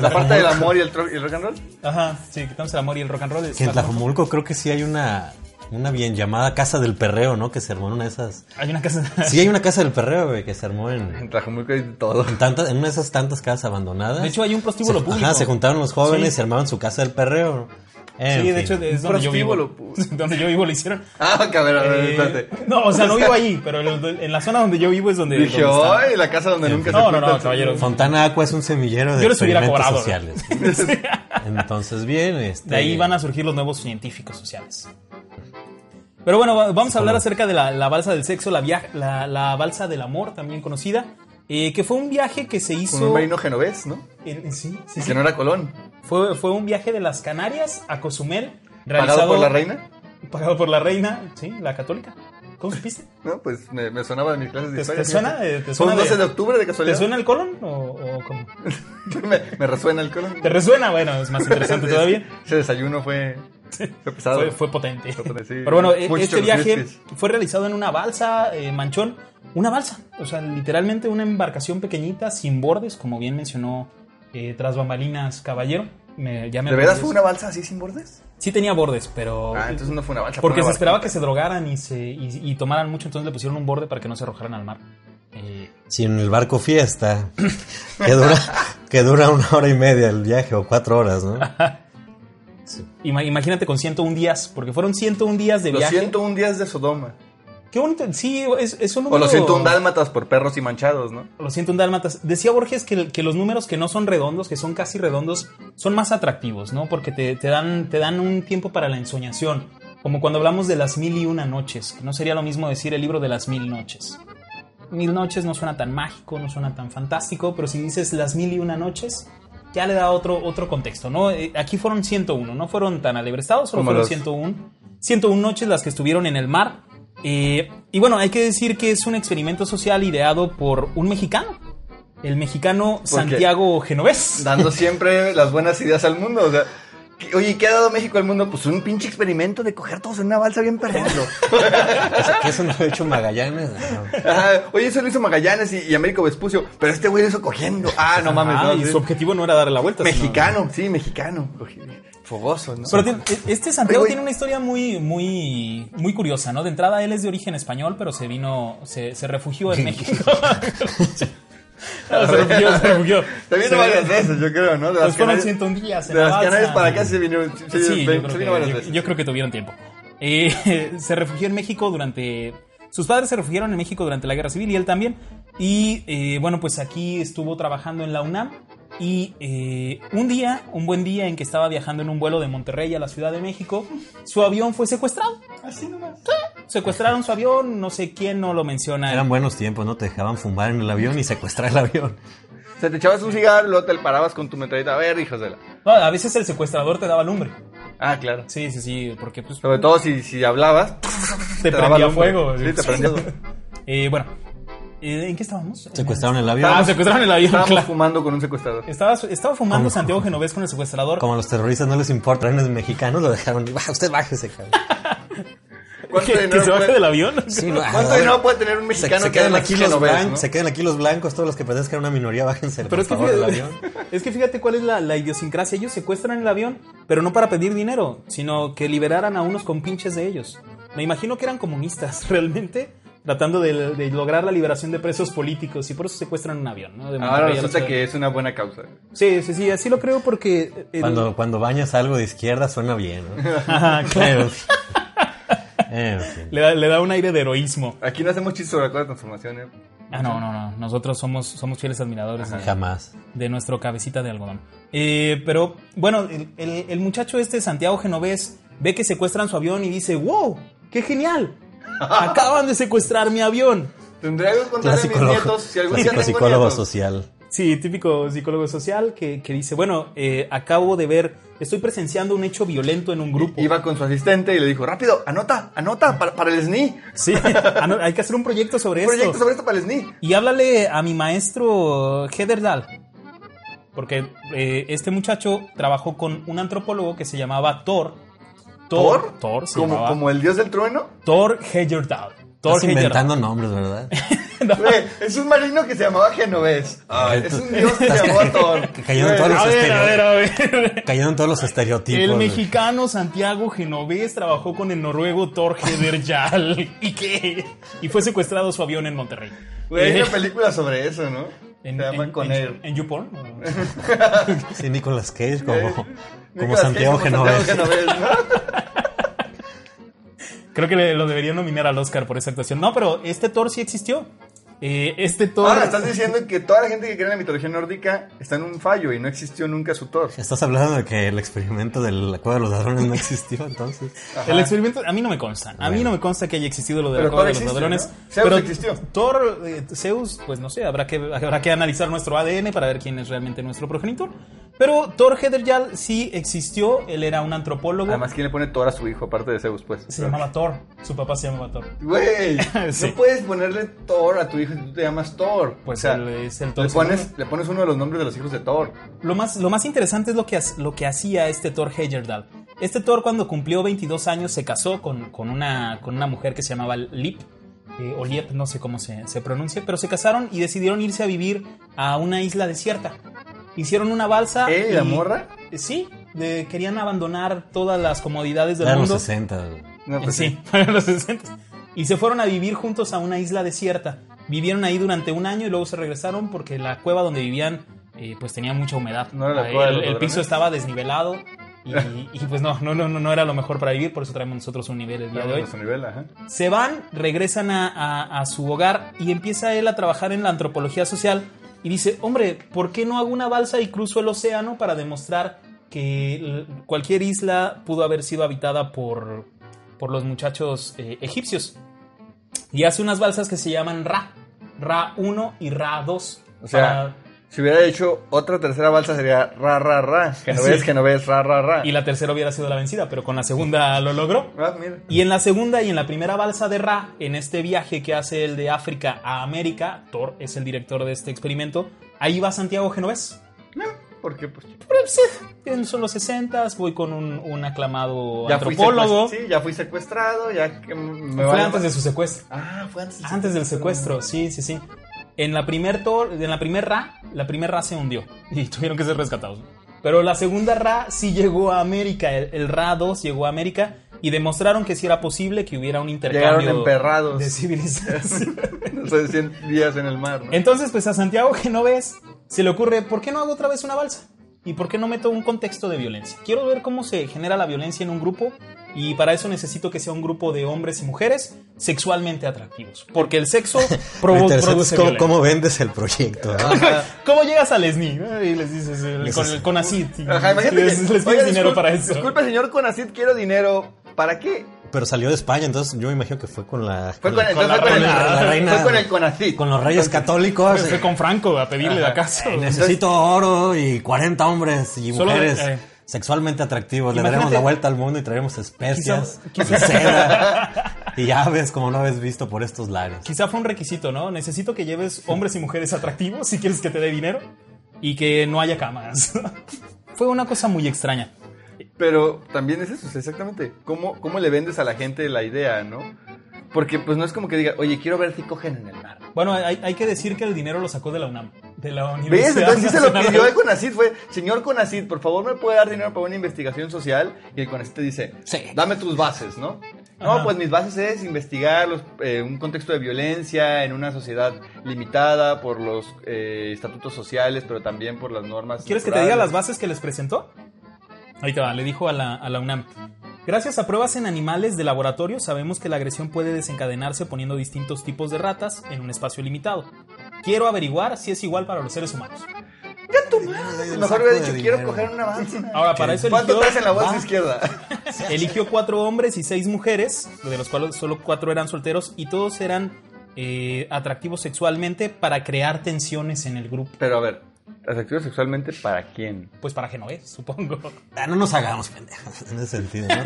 La parte del amor y el, tro- y el rock and roll.
Ajá, sí, quitamos el amor y el rock and roll. es
Que en
Tlajomulco.
Tlajomulco creo que sí hay una, una bien llamada casa del perreo, ¿no? Que se armó en una de esas.
Hay una casa.
Sí, hay una casa del perreo, güey, que se armó en,
En Tlajomulco hay de todo. <laughs>
en tantas, en una de esas tantas casas abandonadas.
De hecho, hay un prostíbulo
se,
público.
Ajá, se juntaron los jóvenes,
Sí.
se armaban su casa del perreo.
<laughs>
En
Sí, de
fin.
hecho es
Un
donde yo vivo.
prostíbulo público.
<laughs> Donde yo vivo lo hicieron.
Ah, cabrón,
Eh,
espérate.
no, o sea, no vivo ahí, pero
<laughs>
el- en la zona donde yo vivo es donde.
Dije,
donde está.
¡ay! La casa donde nunca se
No, no,
juntan".
no, caballero.
Fontana Aqua es un semillero de
Yo les hubiera
experimentos
cobrado.
sociales.
<laughs> Sí.
Entonces, bien, este...
De ahí van a surgir los nuevos científicos sociales. Pero bueno, va- vamos a hablar acerca de la, la balsa del sexo, la, via- la, la balsa del amor, también conocida, eh, que fue un viaje que se
Con
hizo...
un marino genovés, ¿no?
en- sí, sí, sí.
Que no era Colón.
Fue, fue un viaje de las Canarias a Cozumel,
Pagado
realizado...
por la reina.
Pagado por la reina, sí, la católica. ¿Cómo supiste?
No, pues me, me sonaba de mis clases de
¿Te-
historia.
te suena?
fíjate.
Eh, ¿te
Fue un
suena de-
12 de octubre de
¿Te
casualidad.
suena el colon o, o cómo?
<laughs> me, me resuena el colon.
¿Te resuena? Bueno, es más
<laughs>
interesante todavía.
Ese desayuno fue, fue pesado.
Fue, fue potente.
Fue potente, sí.
<laughs> Pero bueno, e-
Muchos
este viaje
chorizos.
fue realizado en una balsa, eh, manchón, una balsa, o sea, literalmente una embarcación pequeñita, sin bordes, como bien mencionó eh, tras bambalinas Caballero. Me, ya me
¿De veras
acordé
fue
eso.
una balsa así sin bordes?
Sí tenía bordes, pero...
Ah, entonces no fue una balsa.
Oh,
fue
porque se
una barca.
esperaba que se drogaran y, se, y, y tomaran mucho, entonces le pusieron un borde para que no se arrojaran al mar. Eh,
Si en el barco fiesta, que dura, que dura una hora y media el viaje, o cuatro horas, ¿no?
ima- imagínate con 101 días, porque fueron 101 días de
Los
viaje.
101 días de Sodoma.
Qué bonito, sí, es, es un
O los
número-
101 dálmatas por perros y manchados, ¿no?
Lo siento, un dálmatas. Decía Borges que, que los números que no son redondos, que son casi redondos, son más atractivos, ¿no? Porque te, te dan, te dan un tiempo para la ensoñación. Como cuando hablamos de las mil y una noches, que no sería lo mismo decir el libro de las mil noches. Mil noches no suena tan mágico, no suena tan fantástico, pero si dices las mil y una noches, ya le da otro, otro contexto, ¿no? Eh, Aquí fueron 101, no fueron tan alebrestados, solo
Como
fueron
los-
101. 101 noches las que estuvieron en el mar. Eh, y bueno, hay que decir que es un experimento social ideado por un mexicano, el mexicano Santiago Genovés.
Dando siempre las buenas ideas al mundo. O sea, ¿qué- oye, ¿qué ha dado México al mundo? Pues un pinche experimento de coger todos en una balsa
<laughs>
bien perdido.
Que eso no lo ha hecho Magallanes. ¿no?
Ajá, Ah, Oye, eso lo hizo Magallanes y, y Américo Vespucio, pero este güey lo hizo cogiendo. Ah, no mames,
Ah,
no,
y
sí.
su objetivo no era darle la vuelta. sino-
Mexicano, sí, mexicano. Cogi- Fogoso, ¿no?
Pero tiene- <laughs> este Santiago
Oye,
tiene una historia muy, muy, muy curiosa, ¿no? De entrada, él es de origen español, pero se vino, se, se refugió en México. <laughs> No, se refugió, se refugió.
Se vino
Se-
varias veces, yo creo, ¿no? De
Pues fueron
Canarias-
101 días.
de
en la
las Canarias
balsa.
para acá se vino, se, se-
Sí, yo,
se
creo
vino
que,
varias
yo-
veces.
yo creo que tuvieron tiempo. Eh, <laughs> se refugió en México durante... Sus padres se refugiaron en México durante la Guerra Civil y él también. Y eh, bueno, pues aquí estuvo trabajando en la UNAM. Y eh, un día, un buen día en que estaba viajando en un vuelo de Monterrey a la Ciudad de México, su avión fue secuestrado.
Así nomás.
Secuestraron su avión, no sé quién no lo menciona.
Eran buenos tiempos, ¿no? Te dejaban fumar en el avión y secuestrar el avión.
O sea, te echabas un cigarro y luego te parabas con tu metralleta. A ver, hijos de la...
No, a veces el secuestrador te daba lumbre.
Ah, claro.
Sí, sí, sí, porque pues,
Sobre todo si, si hablabas.
te
daba
prendía
lumbre.
fuego.
Sí, te prendía fuego.
Eh, bueno, eh, ¿en qué estábamos?
Secuestraron el
Ah,
avión.
secuestraron el avión,
Estábamos
claro.
fumando con un secuestrador.
Estaba, estaba fumando
¿Cómo?
Santiago Genovés con el secuestrador.
Como a los terroristas no les importa, eran los mexicanos, lo dejaron. "Baja, Usted bájese, cabrón.
<laughs>
¿Cuánto
¿Que, que
dinero
se baje
puede-
del avión? <laughs>
Sí, no,
¿Cuánto
ah,
dinero puede tener un
Se,
mexicano
se
que
quedan
además
aquí los
no
blan-
ves, ¿no?
se quedan aquí los blancos, todos los que pertenezcan a una minoría, bájense
Pero
por
es que,
favor del
fíjate,
avión.
es que fíjate cuál es la, la idiosincrasia. Ellos secuestran el avión, pero no para pedir dinero, sino que liberaran a unos compinches de ellos. Me imagino que eran comunistas <laughs> realmente, tratando de, de lograr la liberación de presos políticos y por eso secuestran un avión. ¿no? De
Ahora
Monterrey a la
resulta
ciudad.
que es una buena causa.
Sí, sí, sí, así lo creo porque... eh, el-
Cuando, cuando bañas algo de izquierda suena bien,
<laughs>
¿no?
<laughs>
<laughs>
Ajá, claro.
En fin. En fin.
le, da, le da un aire de heroísmo.
Aquí no hacemos chistes sobre la cuarta transformación, ¿eh?
Ah, no, no, no. Nosotros somos, somos fieles admiradores de,
Jamás.
de nuestro cabecita de algodón. Eh, pero bueno, el, el- el muchacho este, Santiago Genovés, ve que secuestran su avión y dice, wow, qué
<laughs>
genial. Acaban de secuestrar mi avión.
Tendré algo que contarle a mis
Clásico,
nietos si algún día
clásico
tengo
psicólogo
nietos.
social.
Sí, típico psicólogo social que, que dice, bueno, eh, acabo de ver, estoy presenciando un hecho violento en un grupo.
Iba con su asistente y le dijo, rápido, anota, anota, para, para el SNI.
Sí, <laughs> ah, no, hay que hacer un proyecto sobre
Un proyecto
esto.
sobre esto para el SNI.
Y háblale a mi maestro Hederdal. Porque eh, este muchacho trabajó con un antropólogo que se llamaba Thor.
¿Thor?
Thor, se
¿Como,
llamaba.
como el dios del trueno?
<laughs> Thor Heyerdahl. Thor Heyerdahl.
Estás inventando
<laughs>
nombres, ¿verdad?
Güey, es un marino que se llamaba Genovés. Ay, es un dios que se llamaba Thor.
<laughs> Que cayó en todos los
A ver, a ver,
estereotipos.
a ver.
Cayendo en todos los estereotipos.
El
güey.
mexicano Santiago Genovés trabajó con el noruego Thor Heyerdahl. <laughs> ¿Y qué? Y fue secuestrado su avión en Monterrey.
Güey, hay
Eh,
una película sobre eso, ¿no? se llama Con
en-
él.
en YouPorn.
Sí, Nicolas Cage como, como
Nicolas Cage
Santiago Genovés.
¿no?
Creo que le- lo deberían nominar al Oscar por esa actuación. No, pero este Thor sí existió. Eh, este <laughs> Thor.
Ahora Ah, estás diciendo que toda la gente que cree en la mitología nórdica está en un fallo y no existió nunca su Thor.
Estás hablando de que el experimento de la cueva de los ladrones no existió, entonces.
El experimento, a mí no me consta. A mí no me consta que haya existido lo de la
Pero
cueva de los
Thor existe,
ladrones.
¿no? Zeus
pero
existió.
Thor, eh, Zeus, pues no sé, habrá que, habrá que analizar nuestro ADN para ver quién es realmente nuestro progenitor. Pero Thor Hederjal sí existió, él era un antropólogo.
Además, ¿quién le pone Thor a su hijo aparte de Zeus, pues?
se llamaba Thor, su papá se llamaba Thor.
Güey,
<laughs> Sí.
no puedes ponerle Thor a tu hijo si tú te llamas Thor.
Pues
O sea,
él es el Thor
le pones, le pones uno de los nombres de los hijos de Thor.
Lo más, lo más interesante es lo que, ha- lo que hacía este Thor Heyerdahl. Este Thor cuando cumplió 22 años se casó con, con una, con una mujer que se llamaba Lip, eh, o Liep, no sé cómo se, se pronuncia, pero se casaron y decidieron irse a vivir a una isla desierta. Hicieron una balsa.
¿Eh? ¿Y la morra?
Eh, Sí, de- querían abandonar todas las comodidades <laughs> del
Eran los
mundo.
60. güey.
No, pues
Eh, Sí, <laughs> fueron los 60. Y se fueron a vivir juntos a una isla desierta. Vivieron ahí durante un año y luego se regresaron porque la cueva donde vivían eh, pues tenía mucha humedad.
¿No era la
Eh,
cueva de
el,
los
el
ladrones?
piso estaba desnivelado
<laughs>
y, y, pues no, no, no, no no era lo mejor para vivir, por eso traemos nosotros un nivel el día de hoy.
Vamos pues, a su nivel, ajá.
Se van, regresan a, a- a su hogar y empieza él a trabajar en la antropología social y dice, hombre, ¿por qué no hago una balsa y cruzo el océano para demostrar que l- cualquier isla pudo haber sido habitada por, por los muchachos eh, egipcios? Y hace unas balsas que se llaman Ra, Ra 1 y Ra 2.
O sea, Si hubiera hecho otra tercera balsa sería ra, ra, ra. Genovés,
Sí.
Genovés, ra, ra, ra.
y la tercera hubiera sido la vencida, pero con la segunda lo logró.
Ah, mira.
Y en la segunda y en la primera balsa de Ra, en este viaje que hace el de África a América, Thor es el director de este experimento, ahí va Santiago Genovés.
Porque pues,
Pero, pues, eh, en- son los 60, voy con un, un aclamado
ya fui,
antropólogo.
secuest- sí, ya fui secuestrado, ya que me
Fue
van a-
antes de su secuestro.
Ah, fue antes del
Antes del secuestro, sí, sí, sí. En la primer Thor, en la primer Ra, la primera Ra se hundió <laughs> y tuvieron que ser rescatados. Pero la segunda Ra sí llegó a América, el, el Ra 2 llegó a América y demostraron que sí era posible que hubiera un intercambio
Llegaron emperrados.
de
<laughs>
civilización.
<laughs> No sé, 100 días en el mar, ¿no?
Entonces, pues a Santiago Genovés se le ocurre, ¿por qué no hago otra vez una balsa? ¿Y por qué no meto un contexto de violencia? Quiero ver cómo se genera la violencia en un grupo Y para eso necesito que sea un grupo de hombres y mujeres sexualmente atractivos. Porque el
<laughs>
sexo
Lo
provo-
interesante
produce
es cómo,
violencia.
cómo vendes el proyecto. ¿no?
¿Cómo llegas al SNI? ¿no? Y les dices, eh,
Les
con,
haces-
con ACID. y
Ajá,
<laughs>
imagínate.
les, les
oiga,
pides dinero
disculpe-
para eso.
Disculpe, señor Conacid, quiero dinero. ¿Para qué?
Pero salió de España, entonces yo me imagino que fue con la.
Fue con,
la-
entonces
la
fue con
reina-
el,
la
reina-
fue con el Conacid.
con los reyes católicos.
Fue con Franco a pedirle
Ajá.
acaso.
Eh, Necesito oro y 40 hombres y
Solo de-
mujeres
eh.
sexualmente atractivos. Le
Imagínate-
daremos la vuelta al mundo y traeremos especias
Quizá-
y seda y aves como no habéis visto por estos lares.
Quizá fue un requisito, ¿no? Necesito que lleves hombres y mujeres atractivos si quieres que te dé dinero y que no haya camas. <laughs> fue una cosa muy extraña.
Pero también es eso, es exactamente. ¿Cómo, ¿Cómo le vendes a la gente la idea, no? Porque pues no es como que diga, oye, quiero ver si cogen en el mar.
Bueno, hay, hay que decir que el dinero lo sacó de la UNAM. De la Universidad.
¿Ves? Entonces sí se lo
Nacional.
pidió el Conacid. Fue, señor Conacid, por favor, ¿me puede dar dinero para una investigación social? Y el Conacid te dice,
Sí.
dame tus bases, ¿no? No,
Ajá.
pues mis bases es investigar los- eh, un contexto de violencia en una sociedad limitada por los eh, estatutos sociales, pero también por las normas.
¿Quieres que te diga las bases que les presentó? Ahí te va, le dijo a la, a la UNAM. Gracias a pruebas en animales de laboratorio sabemos que la agresión puede desencadenarse poniendo distintos tipos de ratas en un espacio limitado. Quiero averiguar si es igual para los seres humanos.
bases?
Saco
Mejor hubiera
de
dicho, quiero
dinero.
coger una base.
Ahora, para eso
¿Cuánto
eligió,
traes en la bolsa
Va.
izquierda?
eligió cuatro hombres y seis mujeres, de los cuales solo cuatro eran solteros y todos eran eh, atractivos sexualmente para crear tensiones en el grupo.
Pero a ver, ¿atractivo sexualmente para quién?
Pues para Genovés, supongo.
Ah, no nos hagamos pendejos en ese sentido, ¿no?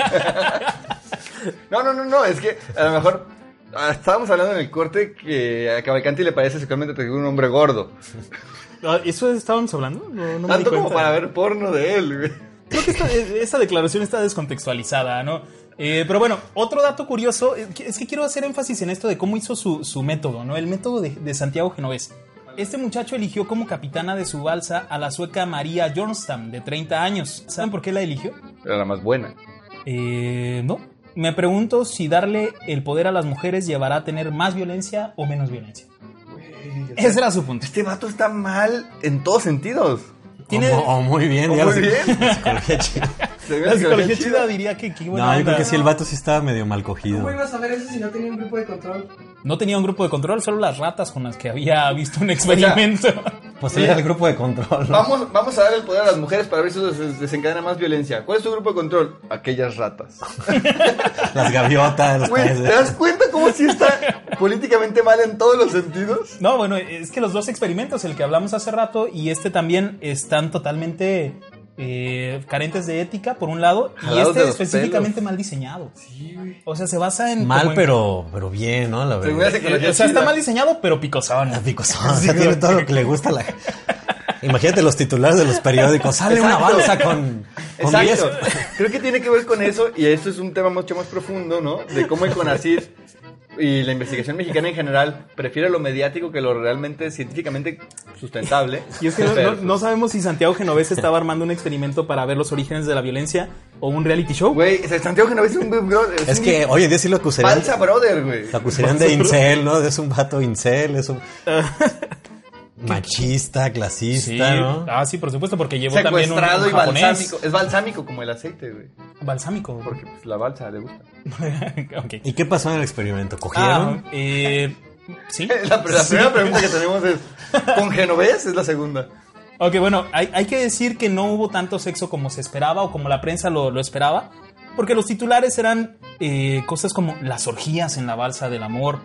No, no, no, no, es que a lo mejor ah, estábamos hablando en el corte que a Cavalcanti le parece sexualmente atractivo un hombre gordo.
Ah, ¿Eso estábamos hablando? No, no me di
Tanto Ah, como
cuenta.
para ver porno de él, güey.
Creo que esta, eh, esta declaración está descontextualizada, ¿no? Eh, pero bueno, otro dato curioso es que, es que quiero hacer énfasis en esto de cómo hizo su, su método, ¿no? El método de, de Santiago Genovés. Este muchacho eligió como capitana de su balsa a la sueca María Jornstam, de 30 años. ¿Saben por qué la eligió?
Era la más buena.
Eh, no. Me pregunto si darle el poder a las mujeres llevará a tener más violencia o menos violencia. Ese era su punto.
Este vato está mal en todos sentidos.
Tiene-
O, mu- o muy bien,
O
ya
muy
lo-
bien.
<laughs>
<laughs>
la psicología chida.
Se ve
La psicología
psicología
chida diría que qué buena
No, yo creo
onda.
que sí, el vato sí estaba medio mal cogido.
¿Cómo ibas a ver eso si no tenía un grupo de control?
No tenía un grupo de control, solo las ratas con las que había visto
<laughs>
un experimento.
Pues él era el grupo de control, ¿no?
Vamos, vamos a dar el poder a las mujeres para ver si eso des- desencadena más violencia. ¿Cuál es tu grupo de control? Aquellas ratas.
Las gaviotas, los
Güey, ¿te
peces.
das cuenta cómo sí está políticamente mal en todos los sentidos?
No, bueno, es que los dos experimentos, el que hablamos hace rato y este también, están totalmente eh, carentes de ética, por un lado, y
Jalados
este
de los
específicamente mal diseñado. O sea, se basa en... como
Mal,
en-
pero, pero bien, ¿no? La
Según la
verdad.
Eh,
psicología
o sea, está
chida.
mal diseñado, pero picosón.
La <laughs> picosón, o sea, tiene todo lo que le gusta a la Imagínate los titulares de los periódicos. Sale una
Exacto.
balsa con, con diez.
Exacto. Creo que tiene que ver con eso y esto es un tema mucho más profundo, ¿no? De cómo el CONACYT y la investigación mexicana en general prefiere lo mediático que lo realmente científicamente sustentable.
Y es que no,
Pero,
no- no sabemos si Santiago Genovés estaba armando un experimento para ver los orígenes de la violencia o un reality show.
Güey, o sea, Santiago Genovés es un... Es,
Es
un
que hoy en día sí lo acusarían.
Falsa brother, güey.
Lo acusarían
Pues,
de incel, ¿no? Es un vato incel, es un. machista,
Sí,
clasista, ¿no?
ah, sí, por supuesto, porque llevó también un, un
Secuestrado y
japonés.
balsámico. Es balsámico como el aceite, güey.
Balsámico.
Porque pues, la balsa le gusta. <laughs>
Ok.
¿Y qué pasó en el experimento?
Ah,
¿Cogieron?
eh, sí.
<laughs> La, la primera pregunta que tenemos es, ¿con Genovés? Es la segunda.
Ok, bueno, hay, hay que decir que no hubo tanto sexo como se esperaba o como la prensa lo, lo esperaba, porque los titulares eran eh, cosas como las orgías en la balsa del amor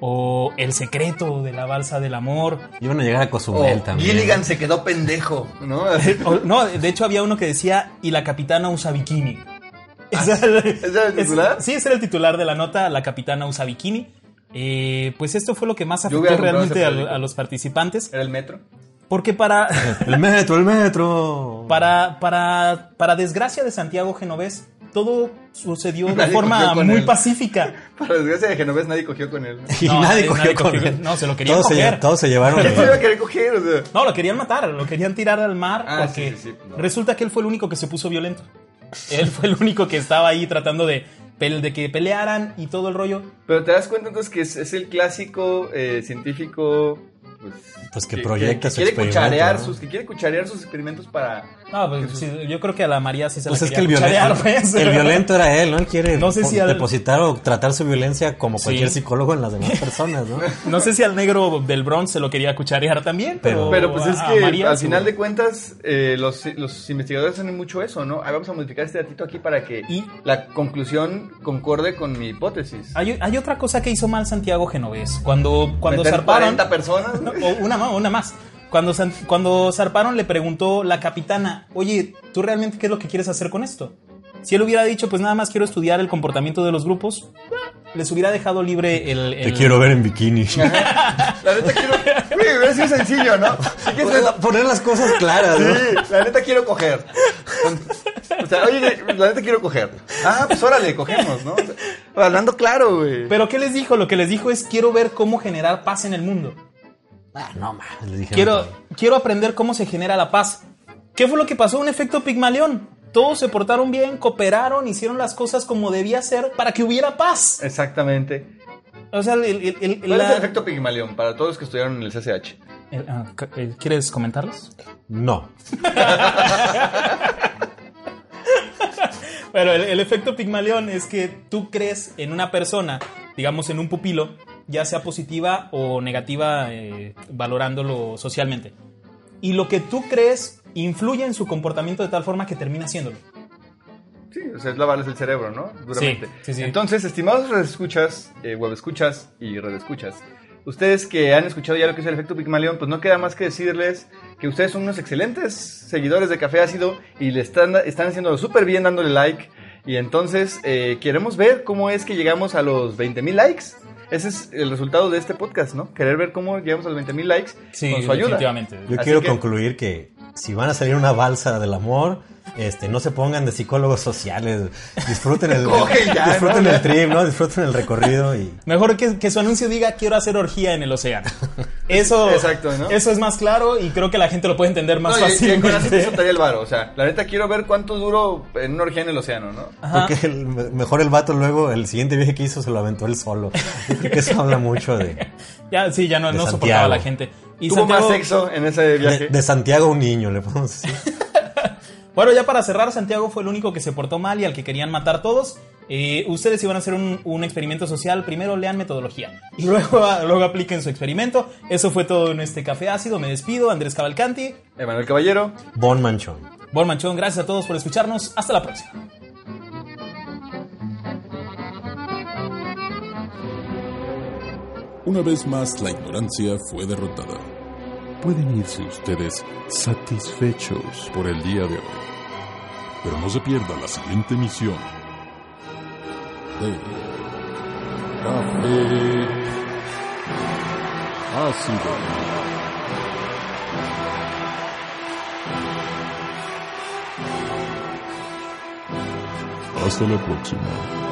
o el secreto de la balsa del amor.
Iban a llegar a Cozumel
Oh,
también.
Gilligan se quedó pendejo, ¿no? Así- <laughs>
O- no, de hecho había uno que decía y la capitana usa bikini. <laughs> Ese
¿ese era Ah, el titular?
sí, ese era el titular de la nota, la capitana usa bikini. Eh, pues esto fue lo que más
Yo
afectó
hubiera comprado
realmente
ese
a,
periódico.
a los participantes,
Era el metro.
porque
<laughs>
para...
El metro, el metro.
Para, para, para desgracia de Santiago Genovés, todo sucedió de
Nadie
forma
cogió con
muy
él. <laughs>
pacífica.
Para desgracia de Genovés nadie cogió con
<laughs>
él. ¿no?
Y
No,
nadie
eh,
cogió
nadie
con
cogió.
él.
No, se lo querían
todos
coger.
lle- todos se llevaron.
¿Quién se iba a
el-
querer coger? O sea,
No, lo querían matar, lo querían tirar al mar
Ah,
porque
sí, sí, sí, no.
resulta que él fue el único que se puso violento. Él fue el único que estaba ahí tratando de, pel- de que pelearan y todo el rollo.
pero te das cuenta entonces que es, es el clásico eh, científico pues,
Pues que proyecta
que
su
quiere
experimento,
cucharear
¿no?
sus que quiere cucharear sus experimentos para
No, pues, sí, yo creo que a la María sí se
Pues
la
es que el
quería
violento,
cucharear, pues.
el violento era él, ¿no? Él quiere
No sé
po-
si al-
depositar o tratar su violencia como
Sí.
cualquier psicólogo en las demás
<laughs>
personas, ¿no?
<laughs> No sé si al negro del Bronx se lo quería cucharear también, pero.
Pero-
pero pues es
a- a
que
María
al
sí.
final de cuentas eh, los, los investigadores hacen mucho eso, ¿no? Ah, vamos a modificar este datito aquí para que
Y-
la conclusión concorde con mi hipótesis.
Hay, hay otra cosa que hizo mal Santiago Genovés. Cuando, cuando
Meter
zarparon.
40 personas.
<laughs>
No, o una más, una más. Cuando, san- cuando zarparon le preguntó la capitana, oye, ¿tú realmente qué es lo que quieres hacer con esto? Si él hubiera dicho, pues nada más quiero estudiar el comportamiento de los grupos, les hubiera dejado libre el...
Te
el-
quiero ver en bikini.
La neta quiero. Güey, hubiera sido sencillo,
<laughs>
¿no? Sí que es-
Poner las cosas claras, ¿no?
Sí, la neta quiero coger. O sea, oye, la neta quiero coger. Ah, pues órale, cogemos, ¿no? O sea, hablando claro, güey.
Pero ¿qué les dijo? Lo que les dijo es, quiero ver cómo generar paz en el mundo.
Ah, no, ma, le dijeron
Quiero,
que-
quiero aprender cómo se genera la paz. ¿Qué fue lo que pasó? Un efecto Pigmalión. Todos se portaron bien, cooperaron, hicieron las cosas como debía ser para que hubiera paz.
Exactamente.
O sea, el... el- el-
¿Cuál es
la-
el efecto Pigmalión para todos los que estudiaron en el CCH?
el- ah, ca- el- ¿Quieres comentarlos?
No.
Pero el, el efecto Pigmalión es que tú crees en una persona, digamos en un pupilo, ya sea positiva o negativa, eh, valorándolo socialmente. Y lo que tú crees influye en su comportamiento de tal forma que termina haciéndolo.
Sí, o sea, es lavarles el cerebro, ¿no? Duramente.
Sí, sí, sí.
Entonces, estimados escuchas, web escuchas y red escuchas, ustedes que han escuchado ya lo que es el efecto Pigmalión, pues no queda más que decirles que ustedes son unos excelentes seguidores de Café Ácido y le están, están haciéndolo súper bien dándole like. Y entonces, eh, queremos ver cómo es que llegamos a los 20.000 likes. Ese es el resultado de este podcast, ¿no? Querer ver cómo llegamos a los 20.000 likes con su ayuda.
definitivamente.
Yo
Así
quiero
que-
concluir que si van a salir una balsa del amor, este, no se pongan de psicólogos sociales.
<laughs>
Disfruten el,
Cogen ya,
<laughs> disfruten
¿no?
el trip, ¿no? Disfruten el recorrido y
Mejor que, que su anuncio diga quiero hacer orgía en el
<laughs>
océano. Eso,
Exacto, ¿no?
eso es más claro y creo que la gente lo puede entender más
No, y- y
fácilmente.
con eso te soltaría el varo. O sea, la neta quiero ver cuánto duro en una orgía en el océano, ¿no?
Ajá.
Porque el- me- mejor el vato luego, el siguiente viaje que hizo se lo aventó él solo. Yo creo que eso habla
<laughs>
mucho de,
<laughs> Ya, sí, ya no,
De
no soportaba a la
Santiago.
gente. Y
Tuvo más
Santiago-
sexo en ese viaje.
de, de Santiago un niño, le podemos decir.
Bueno, ya para cerrar, Santiago fue el único que se portó mal y al que querían matar todos. Eh, ustedes iban a hacer un, un experimento social, primero lean metodología y <laughs> luego, luego apliquen su experimento. Eso fue todo en este café ácido. Me despido, Andrés Cavalcanti.
Emanuel Caballero.
Bon Manchón.
Bon Manchón, gracias a todos por escucharnos. Hasta la próxima.
Una vez más, la ignorancia fue derrotada. Pueden irse ustedes satisfechos por el día de hoy. Pero no se pierda la siguiente emisión de Café Ácido. Hasta la próxima.